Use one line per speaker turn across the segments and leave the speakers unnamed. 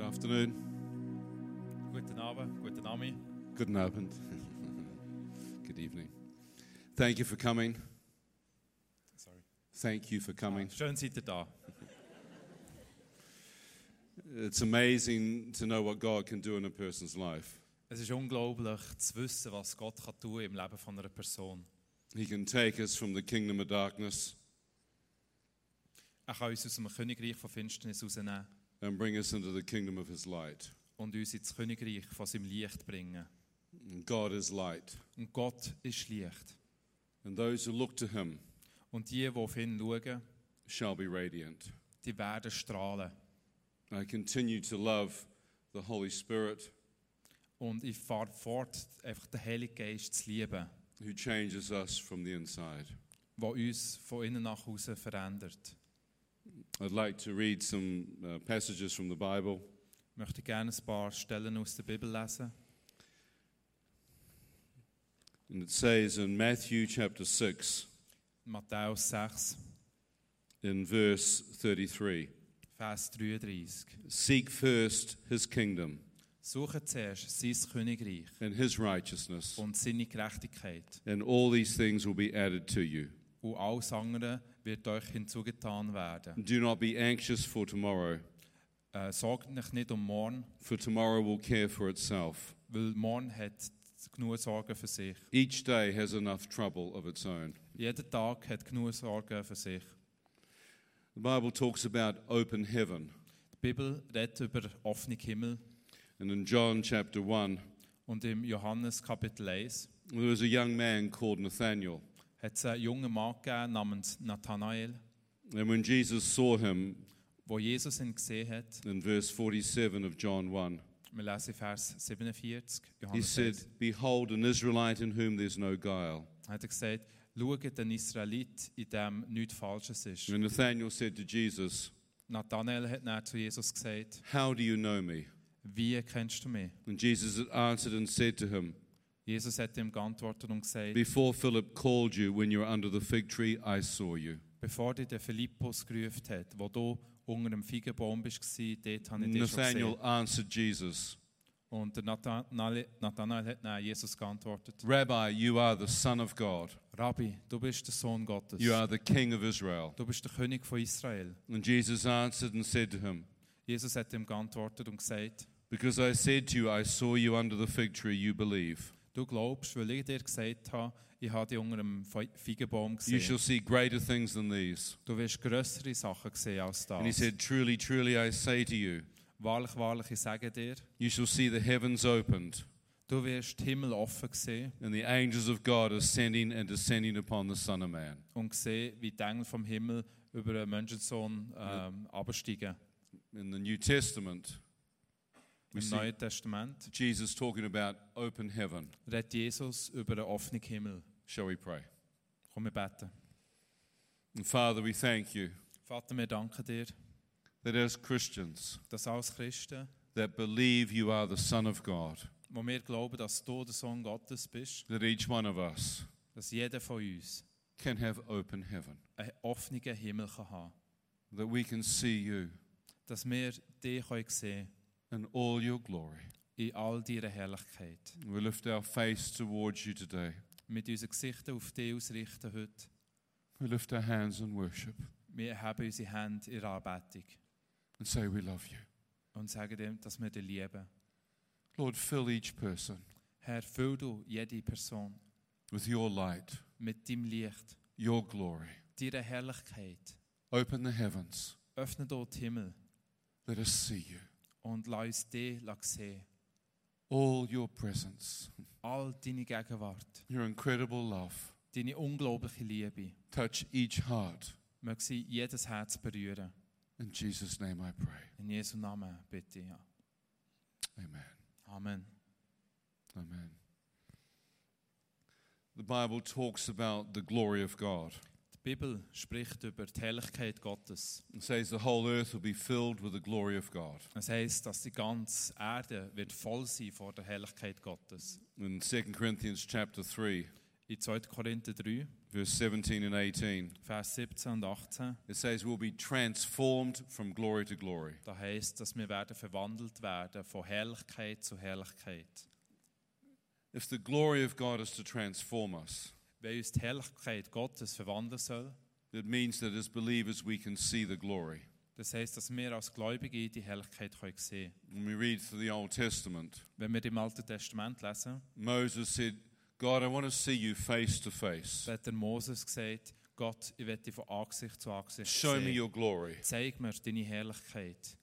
afternoon.
Guten Abend, guten Abend.
Good Abend. Good evening. Thank you for coming.
Sorry.
Thank you for coming.
Schön seid ihr da.
It's amazing to know what God can do in a person's life.
Es ist unglaublich zu wissen, was Gott kann tun im Leben von einer Person.
He can take us from the kingdom of darkness
Er kann uns aus dem Königreich von Finsternis rausnehmen
and bring us into the kingdom of His light.
und uns ins Königreich von seinem Licht bringen.
God is light,
Und Gott ist Licht.
and those who look to Him
Und die, die auf ihn schauen,
shall be radiant.
die werden strahlen.
I continue to love the Holy Spirit
Und ich fahre fort, einfach den Heiligen Geist zu lieben,
who changes us from the inside.
der uns von innen nach außen verändert.
I'd like to read some uh, passages from the Bible.
Ich möchte gerne ein paar Stellen aus der Bibel lesen.
And it says in Matthew chapter 6,
Matthäus 6,
in verse 33
Vers 33.
Seek first his kingdom
Suche zuerst sein Königreich
and his righteousness,
und seine Gerechtigkeit,
and all these things will be added to you.
und alles andere wird euch hinzugetan werden.
Do not be anxious for tomorrow,
Äh, sorgt euch nicht um morgen,
for tomorrow will care for itself.
weil morgen hat genug Sorgen für sich.
Each day has enough trouble of its own.
Jeder Tag hat genug Sorgen für sich.
The Bible talks about open heaven.
Die Bibel redet über offene Himmel
And in John chapter 1,
und im Johannes Kapitel 1
there was a young man called Nathanael.
hat es einen jungen Mann gegeben namens Nathanael,
And when Jesus saw him,
wo Jesus ihn gesehen hat.
in verse 47 of John 1,
Wir lesen Vers 47,
he
Johannes
said,
1.
Behold, an Israelite in whom there's no guile.
hat er gesagt, schaut den Israelit, in dem nichts Falsches ist.
And Nathanael said to Jesus,
Nathanael hat dann zu Jesus gesagt,
How do you know me?
wie kennst du mich?
And Jesus answered and said to him,
Jesus hat ihm geantwortet und gesagt,
Before Philip called you when you were under the fig tree, I saw you.
bevor dir der Philippus gerufen hat, wo du unter dem Feigenbaum warst, dort habe ich dich schon
Nathanael
gesehen.
answered Jesus,
Und der Nathanael, Nathanael hat dann Jesus geantwortet,
Rabbi, you are the Son of God.
Rabbi, du bist der Sohn Gottes.
You are the King of Israel.
Du bist der König von Israel.
And Jesus answered and said to him,
Jesus hat ihm geantwortet und gesagt,
Because I said to you, I saw you under the fig tree, you believe.
du glaubst, weil ich dir gesagt habe, ich habe dich unter dem Fe- Feigenbaum
You
gesehen.
shall see greater things than these.
Du wirst größere Sachen sehen als das.
And he said, Truly, truly, I say to you,
wahrlich, wahrlich, ich sage dir,
you shall see the heavens opened.
du wirst den Himmel offen sehen
and the angels of God ascending and descending upon the Son of Man.
und sehen, wie die Engel vom Himmel über den Menschensohn ähm, absteigen.
In the New Testament, we
Im
see
Neuen Testament
Jesus talking about open heaven.
redet Jesus über den offenen Himmel.
Shall we pray?
Komm, wir beten.
And Father, we thank you
Vater, wir danken dir,
that as Christians
dass als Christen,
that believe you are the Son of God,
wo wir glauben, dass du der Sohn Gottes bist,
that each one of us
dass jeder von uns
can have open heaven,
einen offenen Himmel kann haben
that we can see you
Dass wir dich können sehen
in all your glory.
in all deiner Herrlichkeit.
We lift our face towards you today.
mit unseren Gesichtern auf dich ausrichten heute.
We lift our hands in worship
Wir haben unsere Hände in der Anbetung
and say we love you.
und sagen dem, dass wir dich lieben.
Lord, fill each person
Herr, füll du jede Person
with your light,
mit deinem Licht,
your glory.
deiner Herrlichkeit.
Open the heavens.
Öffne dort den Himmel
Let us see you.
und lass uns dich sehen.
All your presence,
All deine Gegenwart,
your incredible love.
deine unglaubliche Liebe,
Touch each heart.
möge sie jedes Herz berühren.
In Jesus' name I pray.
In Jesu Namen bitte. Ja.
Amen.
Amen.
Amen. The Bible talks about the glory of God.
Die Bibel spricht über die Herrlichkeit Gottes.
It says the whole earth will be filled with the glory of God.
Das heißt, dass die ganze Erde wird voll sein vor der Herrlichkeit Gottes.
In 2 Corinthians chapter 3,
In 2. Korinther 3,
verse 17 and 18.
Vers 17 und 18.
It says, We'll be transformed from glory to glory.
Da heißt, dass wir werden verwandelt werden von Herrlichkeit zu Herrlichkeit.
If the glory of God is to transform us,
Wenn uns die Herrlichkeit Gottes verwandeln soll,
it means that as believers we can see the glory.
das heißt, dass wir als Gläubige die Herrlichkeit können sehen können.
When we read through the Old Testament,
Wenn wir im Alten Testament lesen,
Moses said, God, I want to see you face to face.
da hat der Moses gesagt, Gott, ich werde dich von Angesicht zu Angesicht
Show me
sehen.
your glory.
Zeig mir deine Herrlichkeit.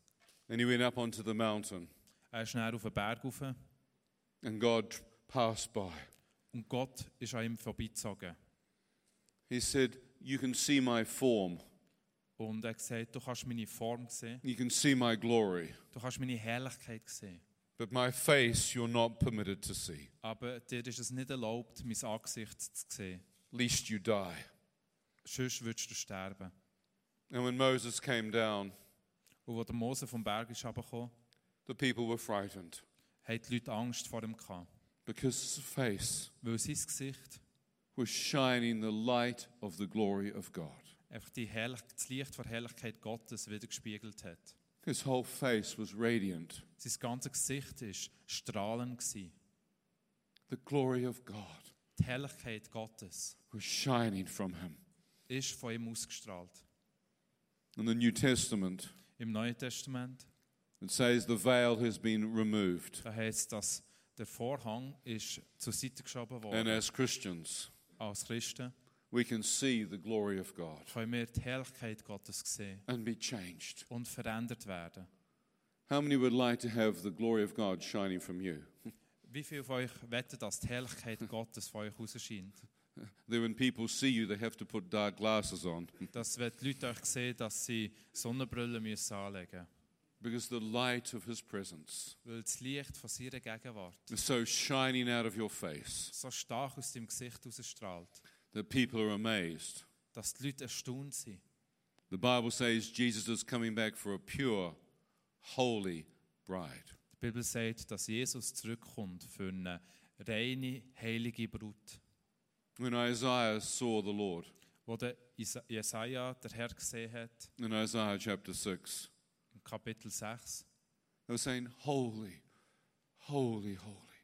And he went up onto the mountain,
Er ist näher auf den Berg rauf
and God passed by.
und Gott ist an ihm vorbeigezogen.
He said, You can see my form,
Und er hat gesagt, du kannst meine Form sehen,
you can see my glory,
du kannst meine Herrlichkeit sehen.
but my face you're not permitted to see,
Aber dir ist es nicht erlaubt, mein Angesicht zu sehen.
lest you die.
Sonst würdest du sterben.
And when Moses came down,
Und als der Mose vom Berg ist runtergekommen,
the people were frightened
hatten die Leute Angst vor ihm gehabt.
because his face
Weil sein Gesicht
was shining the light of the glory of God.
einfach die Herrlich das Licht der Herrlichkeit Gottes wiedergespiegelt hat.
His whole face was radiant,
Sein ganzes Gesicht war strahlend. Gewesen.
the glory of God
Die Herrlichkeit Gottes
was shining from him.
ist von ihm ausgestrahlt.
In the New Testament,
Im Neuen Testament
it says the veil has been removed.
da heißt es, dass der Vorhang ist zur Seite geschoben
And
worden.
as Christians,
Als Christen
we can see the glory of God
können wir die Herrlichkeit Gottes sehen
and be changed.
und verändert werden.
How many would like to have the glory of God shining from you?
Wie viele von euch wetten, dass die Herrlichkeit Gottes von euch rausscheint?
That when people see you, they have to put dark glasses on
Dass wenn die Leute euch sehen, dass sie Sonnenbrillen müssen anlegen
because the light of His presence
müssen. Weil das Licht von seiner Gegenwart
is so shining out of your face
so stark aus dem Gesicht rausstrahlt,
that people are amazed.
dass die Leute erstaunt sind.
The Bible says Jesus is coming back for a pure, holy bride.
Die Bibel sagt, dass Jesus zurückkommt für eine reine, heilige Brut.
When Isaiah saw the Lord
Wo der Isa- Jesaja der Herr gesehen hat,
in Isaiah chapter 6,
im Kapitel 6,
they were saying, Holy, holy, holy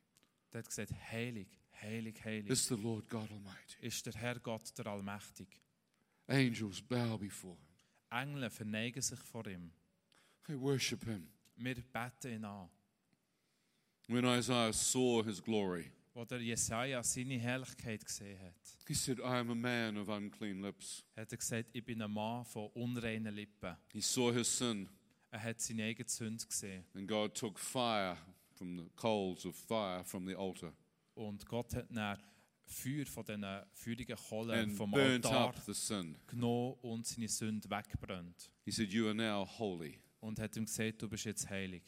der hat gesagt, heilig, heilig, heilig
is the Lord God Almighty.
ist der Herr Gott, der Allmächtige.
Angels bow before him,
Engel verneigen sich vor ihm.
they worship him.
Wir beten ihn an.
When Isaiah saw his glory,
Wo der Jesaja seine Herrlichkeit gesehen hat,
he said, I am a man of unclean lips.
hat er gesagt, ich bin ein Mann von unreinen Lippen.
He saw his sin,
Er hat seine eigene Sünde gesehen.
and God took fire from the coals of fire from the altar
Und Gott hat dann Feuer von diesen feurigen Kohlen
and
vom
burnt
Altar
up the sin.
genommen und seine Sünde weggebrannt.
He said, You are now holy.
Und hat ihm gesagt, du bist jetzt heilig.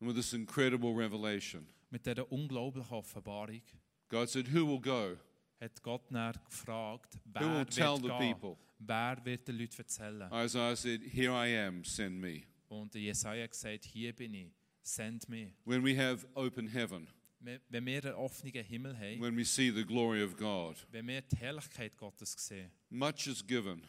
And with this incredible revelation,
Mit dieser unglaublichen Offenbarung
God said, Who will go?
hat Gott dann gefragt,
Who will
wer
tell
wird
the
gehen?
people?
Wer wird den Leuten erzählen?
Isaiah said, Here I am, send me.
Und der Jesaja hat gesagt, hier bin ich, send mich.
When we have open heaven,
Wenn wenn wir einen offenen Himmel haben,
when we see the glory of God,
wenn wir die Herrlichkeit Gottes sehen,
much is given,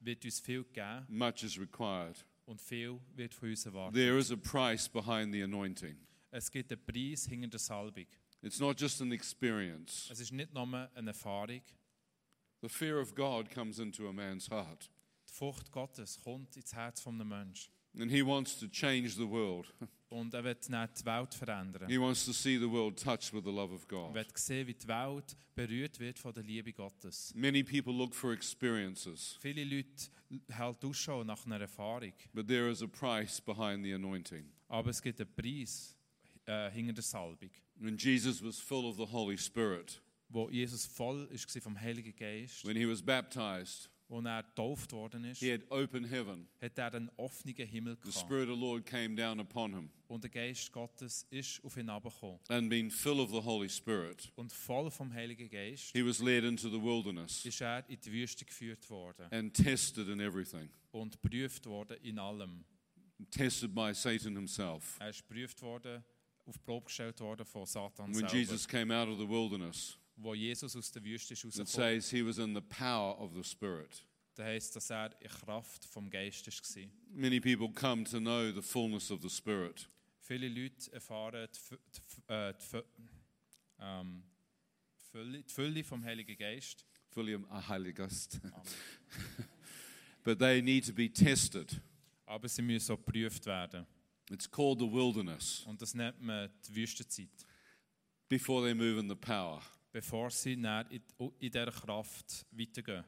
wird uns viel geben
much is required.
und viel wird von uns erwartet.
There is a price behind the anointing.
Es gibt einen Preis hinter der Salbung.
It's not just an experience.
Es ist nicht nur eine Erfahrung.
The fear of God comes into a man's heart,
Die Furcht Gottes kommt ins Herz von einem Menschen.
and he wants to change the world.
Und er wird dann die Welt verändern.
He wants to see the world touched with the love of
Er
God.
wird sehen, wie die Welt berührt wird von der Liebe Gottes.
Many people look for experiences,
Viele Leute halten Ausschau nach einer Erfahrung.
but there is a price behind the anointing.
Aber es gibt einen Preis äh, hinter der Salbung.
When Jesus was full of the Holy Spirit,
Wo Jesus voll war vom Heiligen Geist,
when he was baptized,
wo er getauft worden ist,
he had open heaven.
hat er einen offenen Himmel
The
gehabt.
Spirit of the Lord came down upon him.
Und der Geist Gottes ist auf ihn herabgekommen.
And being full of the Holy Spirit,
Und voll vom Heiligen Geist
he was led into the wilderness
ist er in die Wüste geführt worden
and tested in everything.
und geprüft worden in allem.
Tested by Satan himself.
Er ist geprüft worden, auf die Probe gestellt worden von Satan
And when
selber.
Jesus came out of the wilderness,
wo Jesus aus der Wüste ist
It
rausgekommen
says he was in the power of the Spirit.
Da heisst, dass er in Kraft vom Geist war.
Many people come to know the fullness of the Spirit.
Viele Leute erfahren die, Fü- die, Fü- äh, die, Fü- ähm, die Fülle, die Fülle vom Heiligen Geist.
Fully a Holy Ghost. but they need to be tested.
Aber sie müssen auch geprüft werden.
It's called the wilderness
Und das nennt man die Wüstenzeit.
before they move in the power.
Bevor sie dann in, in dieser Kraft weitergehen.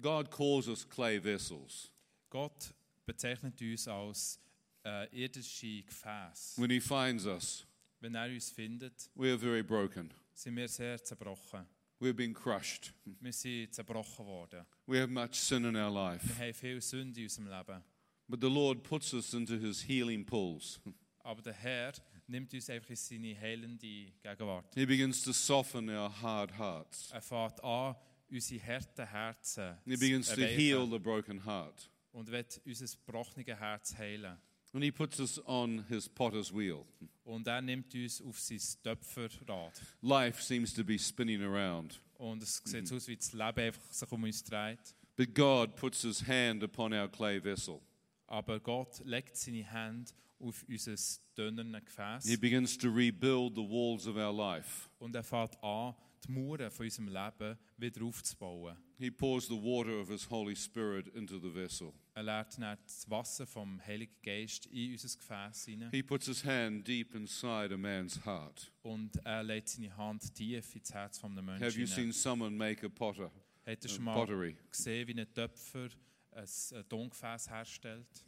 God calls us clay vessels.
Gott bezeichnet uns als äh, irdische Gefäße.
When He finds us,
Wenn er uns findet,
we are very broken.
sind wir sehr zerbrochen.
We've been crushed.
Wir sind zerbrochen worden.
We have much sin in our life.
Wir haben viel Sünde in unserem Leben.
But the Lord puts us into His healing pools.
Aber der Herr nimmt uns einfach in seine heilende Gegenwart.
He begins to soften our hard hearts.
Er fährt an, unsere harten Herzen
He begins to
erweichen
heal the broken heart.
und wird unser gebrochenes Herz heilen.
And He puts us on His potter's wheel.
Und er nimmt uns auf sein Töpferrad.
Life seems to be spinning around.
Und es
Mhm.
sieht aus, wie das Leben einfach sich um uns dreht.
But God puts his hand upon our clay vessel.
Aber Gott legt seine Hände auf unser dünnere
He
Gefäß
begins to rebuild the walls of our life.
und er fährt an, die Mauern von unserem Leben wieder aufzubauen.
He pours the water of his Holy Spirit into the vessel.
Er lädt dann das Wasser vom Heiligen Geist in unser Gefäß hinein.
He puts his hand deep inside a man's heart.
Und er legt seine Hand tief ins Herz von einem
Have you
Menschen.
seen
hinein.
someone make a potter?
Hat er
a
schon mal
pottery.
gesehen, wie ein Töpfer ein Tongefäß herstellt?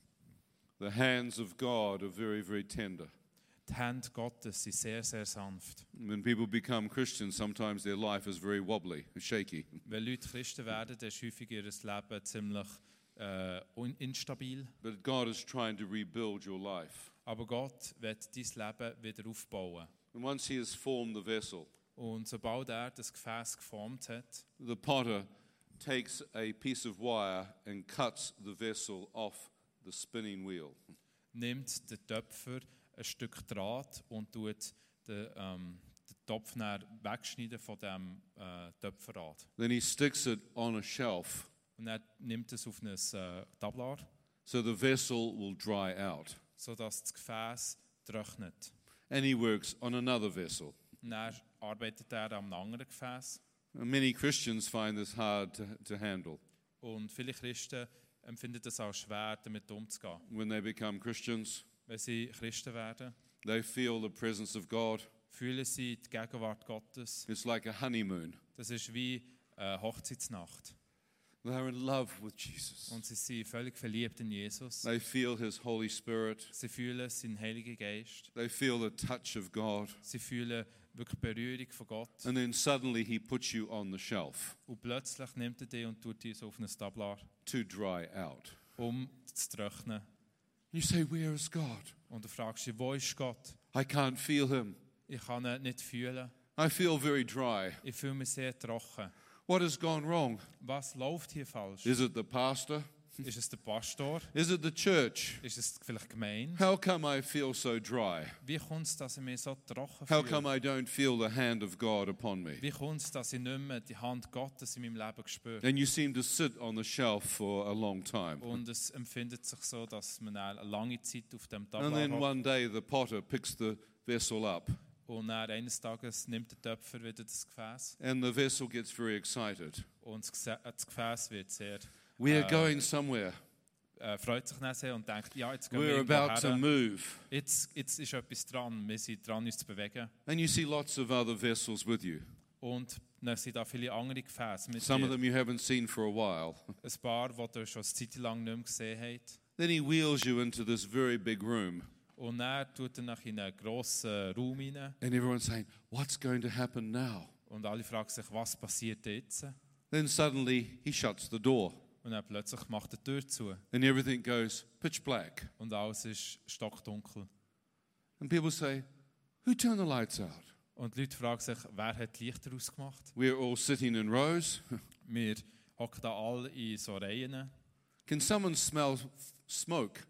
The hands of God are very, very tender.
Die Hände Gottes sind sehr, sehr sanft.
When people become Christians, sometimes their life is very wobbly and shaky.
Wenn Leute Christen werden, dann ist häufig ihr Leben ziemlich äh, un- instabil.
But God is trying to rebuild your life.
Aber Gott wird dein Leben wieder aufbauen.
And once he has formed the vessel,
Und sobald er das Gefäß geformt hat,
The potter takes a piece of wire and cuts the vessel off the spinning wheel.
nimmt der Töpfer ein Stück Draht und tut den, ähm, den Topf dann wegschneiden von dem äh, Töpferrad.
Then he sticks it on a shelf
Und er nimmt es auf ein äh, Tablar,
so the vessel will dry out.
sodass das Gefäß trocknet.
And he works on another vessel.
Und dann arbeitet er an einem anderen Gefäß.
And many Christians find this hard to, to handle.
Und viele Christen empfinden es auch schwer, damit umzugehen.
When they become Christians,
Wenn sie Christen werden,
they feel the presence of God.
fühlen sie die Gegenwart Gottes.
It's like a honeymoon.
Das ist wie eine Hochzeitsnacht.
They're in love with Jesus.
Und sie sind völlig verliebt in Jesus.
They feel his Holy Spirit.
Sie fühlen seinen Heiligen Geist.
They feel the touch of God.
Sie fühlen wirklich Berührung von Gott.
And then suddenly he puts you on the shelf.
Und plötzlich nimmt er dich und tut dich so auf ein Tablar,
to dry out.
um zu trocknen.
You say, Where is God?
Und du fragst dich, wo ist Gott?
I can't feel him.
Ich kann ihn nicht fühlen.
I feel very dry.
Ich fühle mich sehr trocken.
What has gone wrong?
Was läuft hier falsch?
Is it the pastor?
Ist es der Pastor?
Is it the church?
Ist es vielleicht gemein?
How come I feel so dry?
Wie kommt es, dass ich mich so trocken
How come
fühle?
I don't feel the hand of God upon me?
Wie kommt es, dass ich nicht mehr die Hand Gottes in meinem Leben spüre?
And you seem to sit on the shelf for a long time.
Und es empfindet sich so, dass man eine lange Zeit auf dem
And
Tablar
then
hockt.
one day the potter picks the vessel up,
Und dann eines Tages nimmt der Töpfer wieder das Gefäß
and the vessel gets very excited.
und das Gese- äh, das Gefäß wird sehr,
We are
Uh,
going somewhere.
äh, freut sich dann sehr und denkt, ja, jetzt gehen wir
We're about
irgendwo
to
her.
move.
Jetzt, jetzt ist etwas dran, wir sind dran, uns zu bewegen.
And you see lots of other vessels with you.
Und dann sind da viele andere Gefäße mit
Some of
dir.
them you haven't seen for a while.
Ein paar, die ihr schon eine Zeit lang nicht mehr gesehen habt.
Then he wheels you into this very big room,
Und dann tut er nach in einen grossen Raum hinein
and everyone's saying, What's going to happen now?
und alle fragen sich, was passiert jetzt? Und
Then suddenly he shuts the door,
dann plötzlich macht er die Tür zu
and everything goes pitch black.
und alles ist stockdunkel.
And people say, Who turned the lights out?
Und die Leute fragen sich, wer hat die Lichter ausgemacht?
We're all sitting in rows.
Wir hocken da alle in so Reihen.
Can someone smell f- smoke?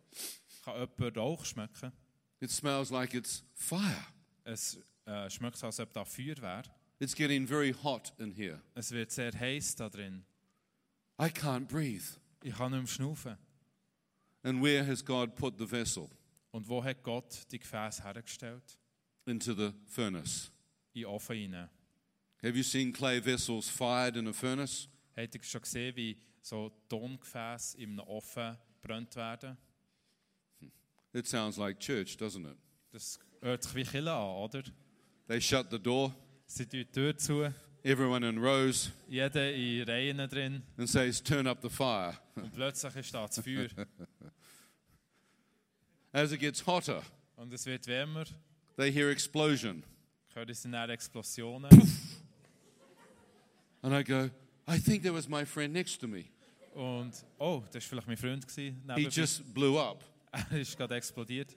Kann jemand Rauch schmecken?
It smells like it's fire.
Es äh, schmeckt so, als ob da Feuer wäre.
It's getting very hot in here.
Es wird sehr heiß da drin.
I can't breathe.
Ich kann nicht mehr schnaufen.
And where has God put the vessel?
Und wo hat Gott die Gefäße hergestellt?
Into the furnace.
In den Ofen hinein.
Have you seen clay vessels fired in a furnace?
Habt ihr schon gesehen, wie so Tongefäße in einem Ofen brennt werden?
It sounds like church, doesn't it?
Das hört sich wie Kille an, oder?
They shut the door,
Sie tun die Tür zu,
everyone in rows,
jeder in Reihen drin
and says, Turn up the fire.
und plötzlich ist da das Feuer.
As it gets hotter,
Und es wird wärmer,
they hear explosion.
hören sie dann Explosionen.
And I go, I think that was my friend next to me.
Und, oh, das war vielleicht mein Freund. Gewesen, neben
He
mir.
just blew up.
er ist gerade explodiert.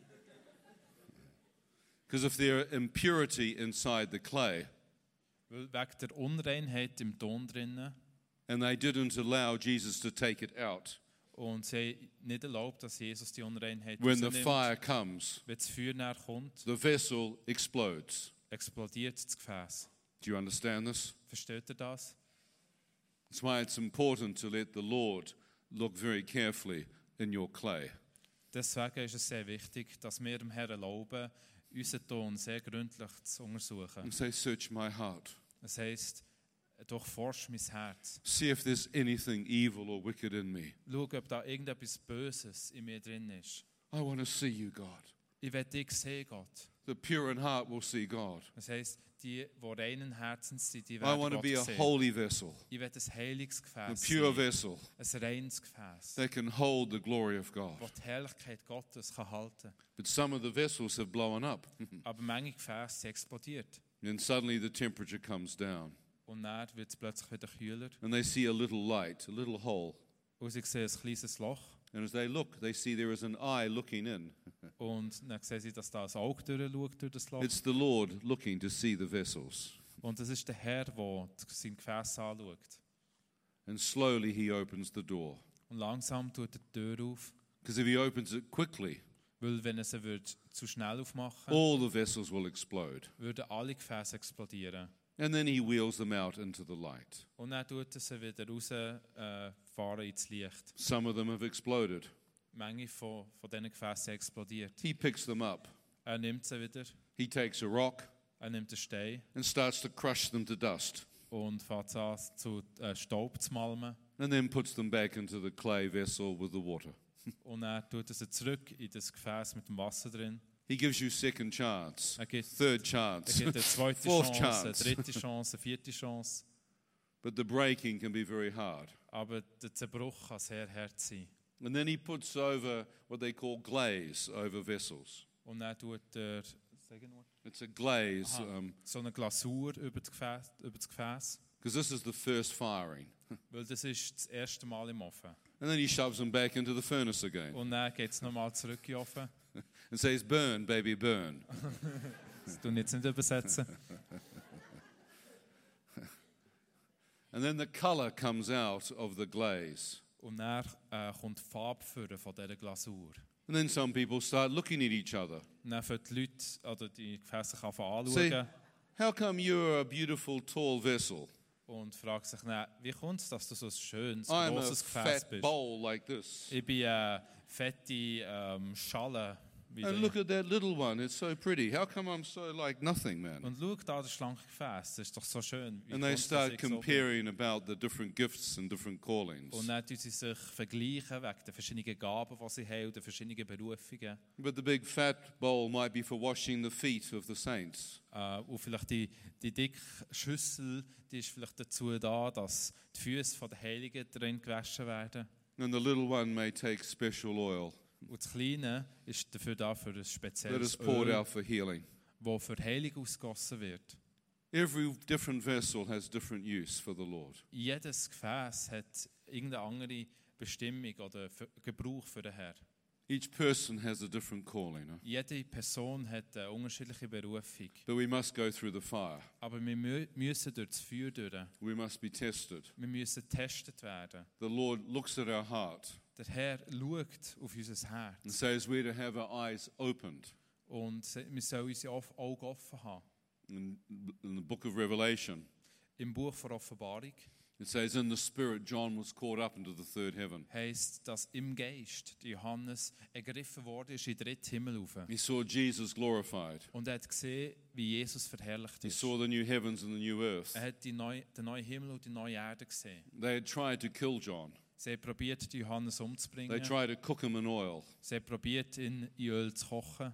Because if there are impurity inside the clay,
Weil wegen der Unreinheit im Ton drinnen
and they didn't allow Jesus to take it out,
und sie haben nicht erlaubt, dass Jesus die Unreinheit
when the
rausnimmt.
fire comes,
Wenn das Feuer näher kommt,
the vessel explodes.
explodiert das Gefäß.
Do you understand this?
Versteht ihr das?
That's why it's important to let the Lord look very carefully in your clay.
Deswegen ist es sehr wichtig, dass wir dem Herrn erlauben, unseren Ton sehr gründlich zu untersuchen.
and say, Search my heart.
Das heisst, durchforsch mein Herz.
See if there's anything evil or wicked in me.
Schau, ob da irgendetwas Böses in mir drin ist.
I want to see you, God.
Ich will dich sehen, Gott.
The pure in heart will see God.
Das heisst, die, die reinen Herzens sind, die
I
werden
want to
Gott
be a
sehen.
holy vessel,
ich will ein heiliges
a
Gefäß
pure vessel
sein, ein reines Gefäß,
that can hold the glory of God.
das die Herrlichkeit Gottes kann halten
But some of the vessels have blown up,
Aber manche Gefäße sind explodiert
and suddenly the temperature comes down,
und dann wird es plötzlich wieder kühler
and they see a little light, a little hole.
und sie sehen ein kleines Loch
And as they look, they see there is an eye looking in.
und dann sehen sie, dass da ein Auge durchschaut durch das Loch
It's the Lord looking to see the vessels.
und das ist der Herr, der sein Gefäß anschaut.
And slowly he opens the door.
Und langsam tut er die Tür auf,
Because if he opens it quickly,
weil wenn er sie würde, zu schnell aufmachen würde,
all the vessels will explode.
würden alle Gefäße explodieren.
And then he wheels them out into the light.
Und dann tut er sie wieder rausfahren äh, fahren ins Licht.
Some of them have exploded.
Menge von, von diesen Gefäßen explodiert.
He picks them up.
Er nimmt sie wieder,
He takes a rock
er nimmt einen Stein
and starts to crush them to dust
und fährt sie an, zu äh, Staub zu malmen.
and then puts them back into the clay vessel with the water.
Und er tut er sie zurück in das Gefäß mit dem Wasser drin.
He gives you second chance,
Er gibt,
third
er
chance,
gibt eine zweite
fourth
Chance, eine
chance.
dritte Chance, eine vierte Chance.
but the breaking can be very hard.
Aber der Zerbruch kann sehr hart sein.
And then he puts over what they call glaze over vessels.
Und dann tut er sag nur,
It's a glaze um, because
Aha. so eine Glasur über das Gefäß. Über das Gefäß
this is the first firing.
weil das ist das erste Mal im Ofen.
And then he shoves them back into the furnace again
Und dann geht es nochmal zurück in den Ofen.
and says, Burn, baby, burn.
Das tun ich jetzt nicht übersetzen.
And then the color comes out of the glaze.
Und dann äh, kommt die Farbe führen von dieser Glasur.
And then some people start looking at each other.
Und dann fangen die Leute oder die Gefäße kann anfangen
See.
anschauen
How come you're a beautiful, tall vessel?
und fragen sich dann, wie kommt es, dass du so ein schönes,
I'm a
großes Gefäß
fat
bist?
bowl like this.
Ich bin eine fette ähm, Schale. Wie
And
du-
look at that little one, it's so pretty. How come I'm so like nothing, man?
und schau da, das schlanke Gefäß, das ist doch so schön. Wie
And they
kommt's, dass
start
ich so bin?
comparing about the different gifts and different
Und
callings.
dann tun sie sich vergleichen wegen der verschiedenen Gaben, die sie haben und der verschiedenen Berufungen.
But the big fat bowl might be for washing the feet of the saints.
Äh, und vielleicht die, die dicke Schüssel, die ist vielleicht dazu da, dass die Füße der Heiligen drin gewaschen werden.
And the little one may take special oil
Und das Kleine ist dafür da, für ein
that is
spezielles
poured
Öl,
out for healing.
das für Heilung ausgossen wird.
Every different vessel has different use for the Lord.
Jedes Gefäß hat irgendeine andere Bestimmung oder für, Gebrauch für den Herrn.
Each person has a different calling, huh?
Jede Person hat eine unterschiedliche Berufung.
but we must go through the fire.
Aber wir mü müssen durch das Feuer durch.
We must be tested.
Wir müssen getestet werden.
The Lord looks at our heart
Der Herr schaut auf unser
and
Herz
says we're to have our eyes opened.
und se- wir sollen unsere Auf- Augen offen haben.
in, in the book of Revelation.
Im Buch von Offenbarung
It says, In the Spirit, John was caught up into the third heaven.
heißt, dass im Geist Johannes ergriffen wurde, ist in den dritten Himmel rauf.
He saw Jesus glorified.
Und er hat gesehen, wie Jesus verherrlicht
He
ist.
saw the new heavens and the new earth.
Er hat die neue, den neuen Himmel und die neue Erde gesehen.
They had tried to kill John,
Sie haben probiert, die Johannes
they
umzubringen.
tried to cook him in oil.
Sie haben probiert, ihn in Öl zu kochen.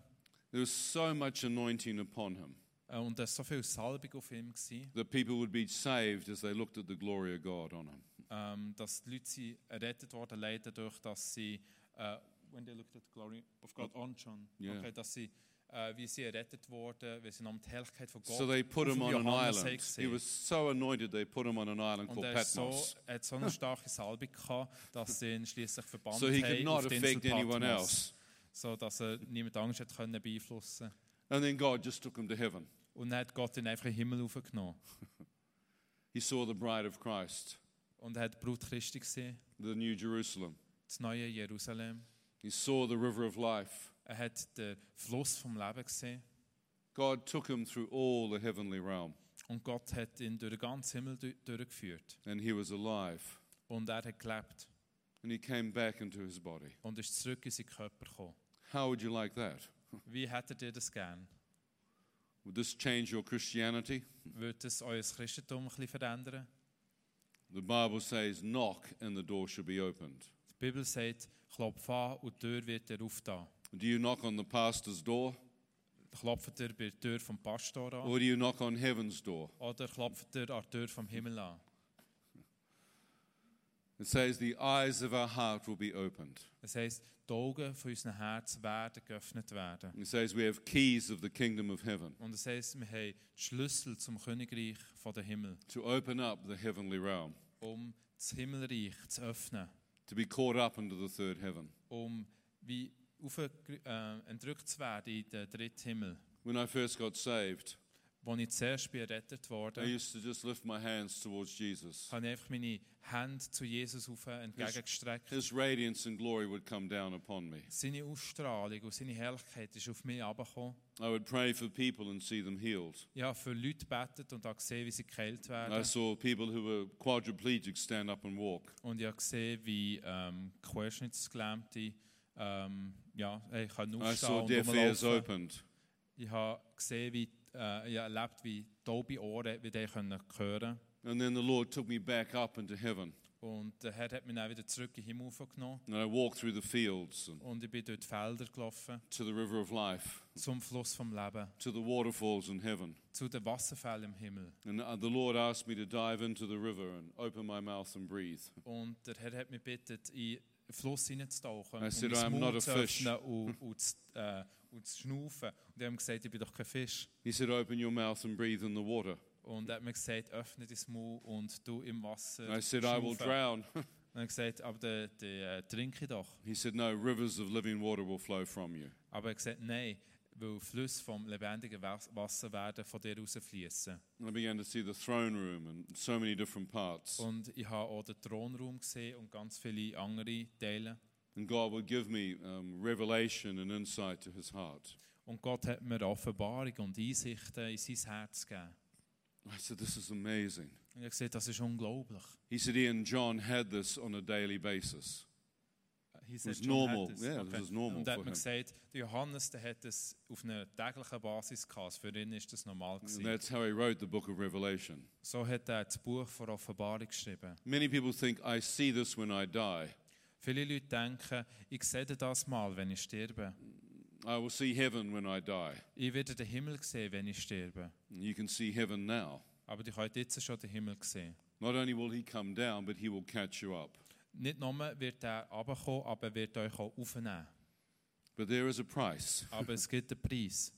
There was so much anointing upon him
Äh, Und da war so viel Salbung auf ihm, gewesen,
that people would be saved as they looked at the glory of God on him.
ähm, dass die Leute sie errettet wurden, leider durch, dass sie, äh, when they looked at the glory of God on John,
Yeah.
okay, dass sie, äh, wie sie errettet wurden, weil sie noch die Herrlichkeit von Gott
So they put
auf
him on an
Johannes haben
island. He
gesehen.
was so anointed, they put him on an island
Und
called
er ist so,
Patmos.
er hat so eine starke Salbung gehabt, dass sie ihn schliesslich verbannt
So he could
haben
not
auf die Insel
affect anyone
Patmos,
else.
so dass er niemand Angst hat können beeinflussen.
And then God just took him to heaven.
Und dann hat Gott ihn einfach in den Himmel aufgenommen
He saw the bride of Christ,
und er hat die Brut Christi gesehen,
the new Jerusalem.
das neue Jerusalem.
He saw the river of life.
Er hat den Fluss vom Leben gesehen
God took him through all the heavenly realm,
und Gott hat ihn durch den ganzen Himmel du- durchgeführt.
and he was alive.
Und er hat gelebt
And he came back into his body.
und ist zurück in seinen Körper gekommen.
How would you like that?
Wie hättet ihr das gern?
Would this change your Christianity?
Würde das euer Christentum ein bisschen verändern?
The Bible says, Knock and the door shall be opened.
Die Bibel sagt, klopf an und die Tür wird dir aufgetan.
Do you knock on the pastor's door,
Klopft ihr bei der Tür vom Pastor an
or do you knock on heaven's door?
oder klopft ihr an die Tür vom Himmel an?
It says, The eyes of our heart will be opened.
Das heisst, die Augen von unserem Herz werden geöffnet werden.
It says, We have keys of the kingdom of heaven
Und das heisst, wir haben die Schlüssel zum Königreich von der Himmel,
to open up the heavenly realm,
um das Himmelreich zu öffnen,
to be caught up into the third heaven.
um wie auf, äh, entrückt zu werden in den dritten Himmel.
When I first got saved,
Als ich zuerst bin errettet
I
wurde,
used to just lift my hands towards Jesus.
habe ich einfach meine Hände zu Jesus auf entgegengestreckt.
His radiance and glory would come down upon me.
Seine Ausstrahlung und seine Herrlichkeit ist auf mich herabgekommen.
I would pray for people and see them healed.
Ja, für Leute betet und habe gesehen, wie sie geheilt
I
werden.
saw people who were quadriplegic stand up and walk.
Und ich habe gesehen, wie ähm, Querschnittsgelähmte ähm, ja, hey, können
I
aufstehen
saw
und
deaf ears
rumlaufen.
opened.
Ich habe gesehen, wie, äh, ich habe erlebt, wie taube Ohren wie die können hören
And then the Lord took me back up into heaven.
Und der Herr hat mich dann wieder zurück in den Himmel aufgenommen.
And I walked through the fields and
Und ich bin durch die Felder gelaufen,
to the river of life,
zum Fluss vom Leben,
to the waterfalls in heaven.
zu den Wasserfällen im Himmel.
And uh, the Lord asked me to dive into the river and open my mouth and breathe.
Und der Herr hat mich gebeten, in den Fluss hineinzutauchen
I
und
said,
mein
"I'm not a
Maul zu
fish."
öffnen und, und, zu, äh, und zu schnaufen. Und die haben gesagt, ich bin doch kein Fisch.
He said, Open your mouth and breathe in the water.
Und er hat mir gesagt, öffne dein Maul und du im Wasser
And I said, I will
schnaufen."
drown.
Und er hat gesagt, aber der, der, äh, trinke doch.
He said, No, rivers of living water will flow from you.
Aber er hat gesagt, nein, weil Flüsse vom lebendigen Was- Wasser werden von dir rausfließen.
And I began to see the throne room and so many different parts.
Und ich habe auch den Thronraum gesehen und ganz viele andere Teile.
And God would give me um, revelation and insight to his heart.
Und Gott hat mir Offenbarung und Einsichten in sein Herz gegeben.
I said, This is amazing.
Und ich habe gesagt, das ist unglaublich.
He said, Ian, John had this on a daily basis.
He said,
was
John
normal.
hat es.
Yeah, it was normal
Und er
for
hat
him.
mir gesagt, der Johannes der hat es auf einer täglichen Basis gehabt. Für ihn ist das normal gewesen.
And that's how he wrote the book of Revelation.
So hat er das Buch von Offenbarung geschrieben.
Many people think, I see this when I die.
Viele Leute denken, ich sehe das mal, wenn ich sterbe.
I will see heaven when I die.
Ich werde den Himmel sehen, wenn ich sterbe.
You can see heaven now.
Aber ich habe jetzt schon den Himmel gesehen.
Not only will he come down, but he will catch you up.
Nicht nur wird er runterkommen, aber er wird euch auch aufnehmen.
But there is a price.
Aber es gibt einen Preis.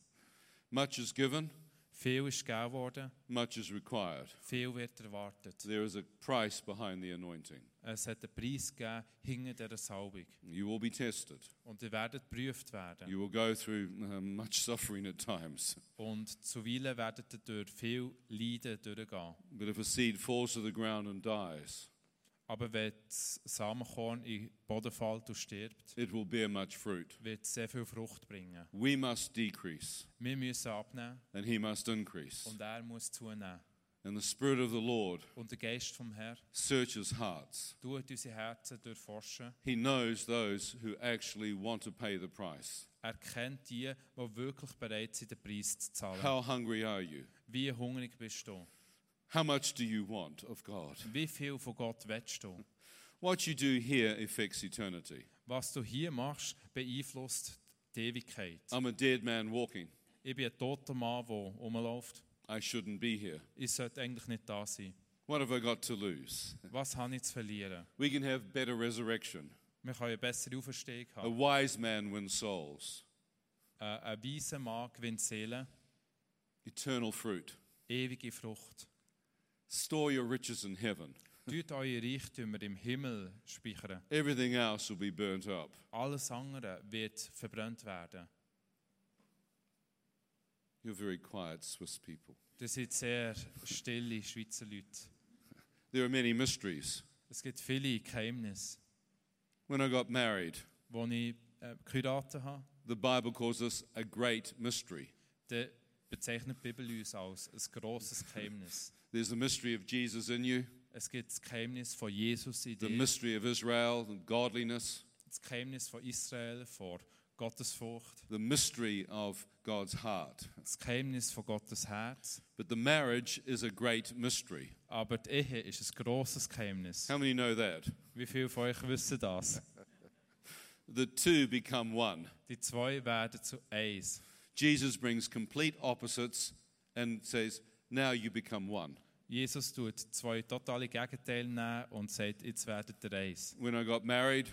Much is given,
Viel ist gegeben worden,
much is required.
viel wird erwartet.
There is a price behind the anointing.
Es hat einen Preis gegeben hinter dieser Salbung.
You will be tested.
Und ihr werdet geprüft werden.
You will go through uh, much suffering at times.
Und zuweilen werdet ihr durch viel Leiden durchgehen.
But if a seed falls to the ground and dies,
Aber wenn das Samenkorn in den Boden fällt und stirbt,
it will bear much fruit.
wird es sehr viel Frucht bringen.
We must decrease,
Wir müssen abnehmen
and he must increase.
und er muss zunehmen.
And the Spirit of the Lord
Und der Geist vom Herrn
searches hearts.
tut unsere Herzen durchforschen.
He knows those who actually want to pay the price.
Er kennt die, die wirklich bereit sind, den Preis zu zahlen.
How hungry are you?
Wie hungrig bist du?
How much do you want of God?
Wie viel von Gott willst du?
What you do here affects eternity.
Was du hier machst, beeinflusst die Ewigkeit.
I'm a dead man walking.
Ich bin ein toter Mann, der rumläuft.
I shouldn't be here.
Ich sollte eigentlich nicht da sein.
What have I got to lose?
Was habe ich zu verlieren?
We can have better resurrection.
Wir können eine bessere Auferstehung
A
haben.
wise man wins souls,
Äh, ein weiser Mann gewinnt Seelen,
eternal fruit.
ewige Frucht.
Store your riches in heaven.
Tut eure Reichtümer im Himmel speichern.
Everything else will be burnt up.
Alles andere wird verbrannt werden.
You're very quiet, Swiss people.
Das sind sehr stille Schweizer Leute.
There are many mysteries.
Es gibt viele Geheimnisse.
When I got married,
Als ich äh, geheiratet habe,
the Bible calls this a great mystery.
dann bezeichnet die Bibel uns als ein grosses Geheimnis.
There's the mystery of Jesus in you,
Es gibt das Geheimnis von Jesus in
the
dir,
mystery of Israel and godliness,
das Geheimnis von Israel, von Gottesfurcht,
the mystery of God's heart.
das Geheimnis von Gottes Herz.
But the marriage is a great mystery.
Aber die Ehe ist ein grosses Geheimnis.
How many know that?
Wie viele von euch wissen das?
The two become one.
Die zwei werden zu eins.
Jesus brings complete opposites and says, Now you become one.
Jesus tut zwei totale Gegenteile nehmen und sagt, jetzt werdet ihr eins.
When I got married,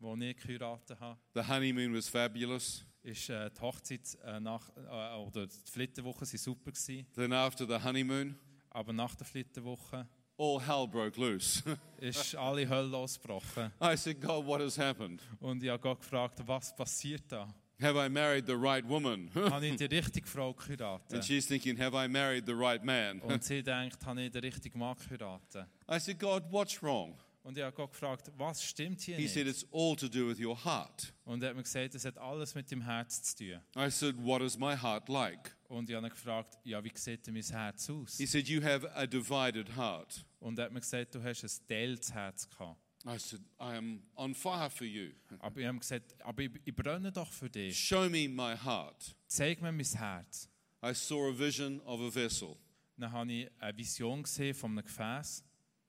Als ich geheiratet habe,
the honeymoon was fabulous.
ist äh, die Hochzeit äh, nach, äh, oder die Flitterwoche sie super gewesen,
Then after the honeymoon,
aber nach der Flitterwoche
all hell broke loose.
ist alle Hölle losgebrochen.
I said, God, what has happened?
Und ich habe Gott gefragt, was passiert da?
Have I married the right woman?
Habe ich die richtige Frau
and
geheiratet?
she's thinking, Have I married the right man?
Und sie denkt, habe ich den richtigen Mann geheiratet?
I said, God, what's wrong?
Und ich habe Gott gefragt, was stimmt hier
He said,
nicht?
It's all to do with your heart.
Und er hat mir gesagt, es hat alles mit dem Herz zu tun.
I said, What is my heart like?
Und ich habe ihn gefragt, ja, wie sieht denn mein Herz aus?
He said, You have a divided heart.
Und er hat mir gesagt, du hast ein teiltes Herz gehabt.
I said, I am on fire for you.
Aber ich habe gesagt, aber ich, ich brenne doch für dich.
Show me my heart.
Zeig mir mein Herz.
I saw a vision of a vessel.
Dann habe ich eine Vision gesehen von einem Gefäß.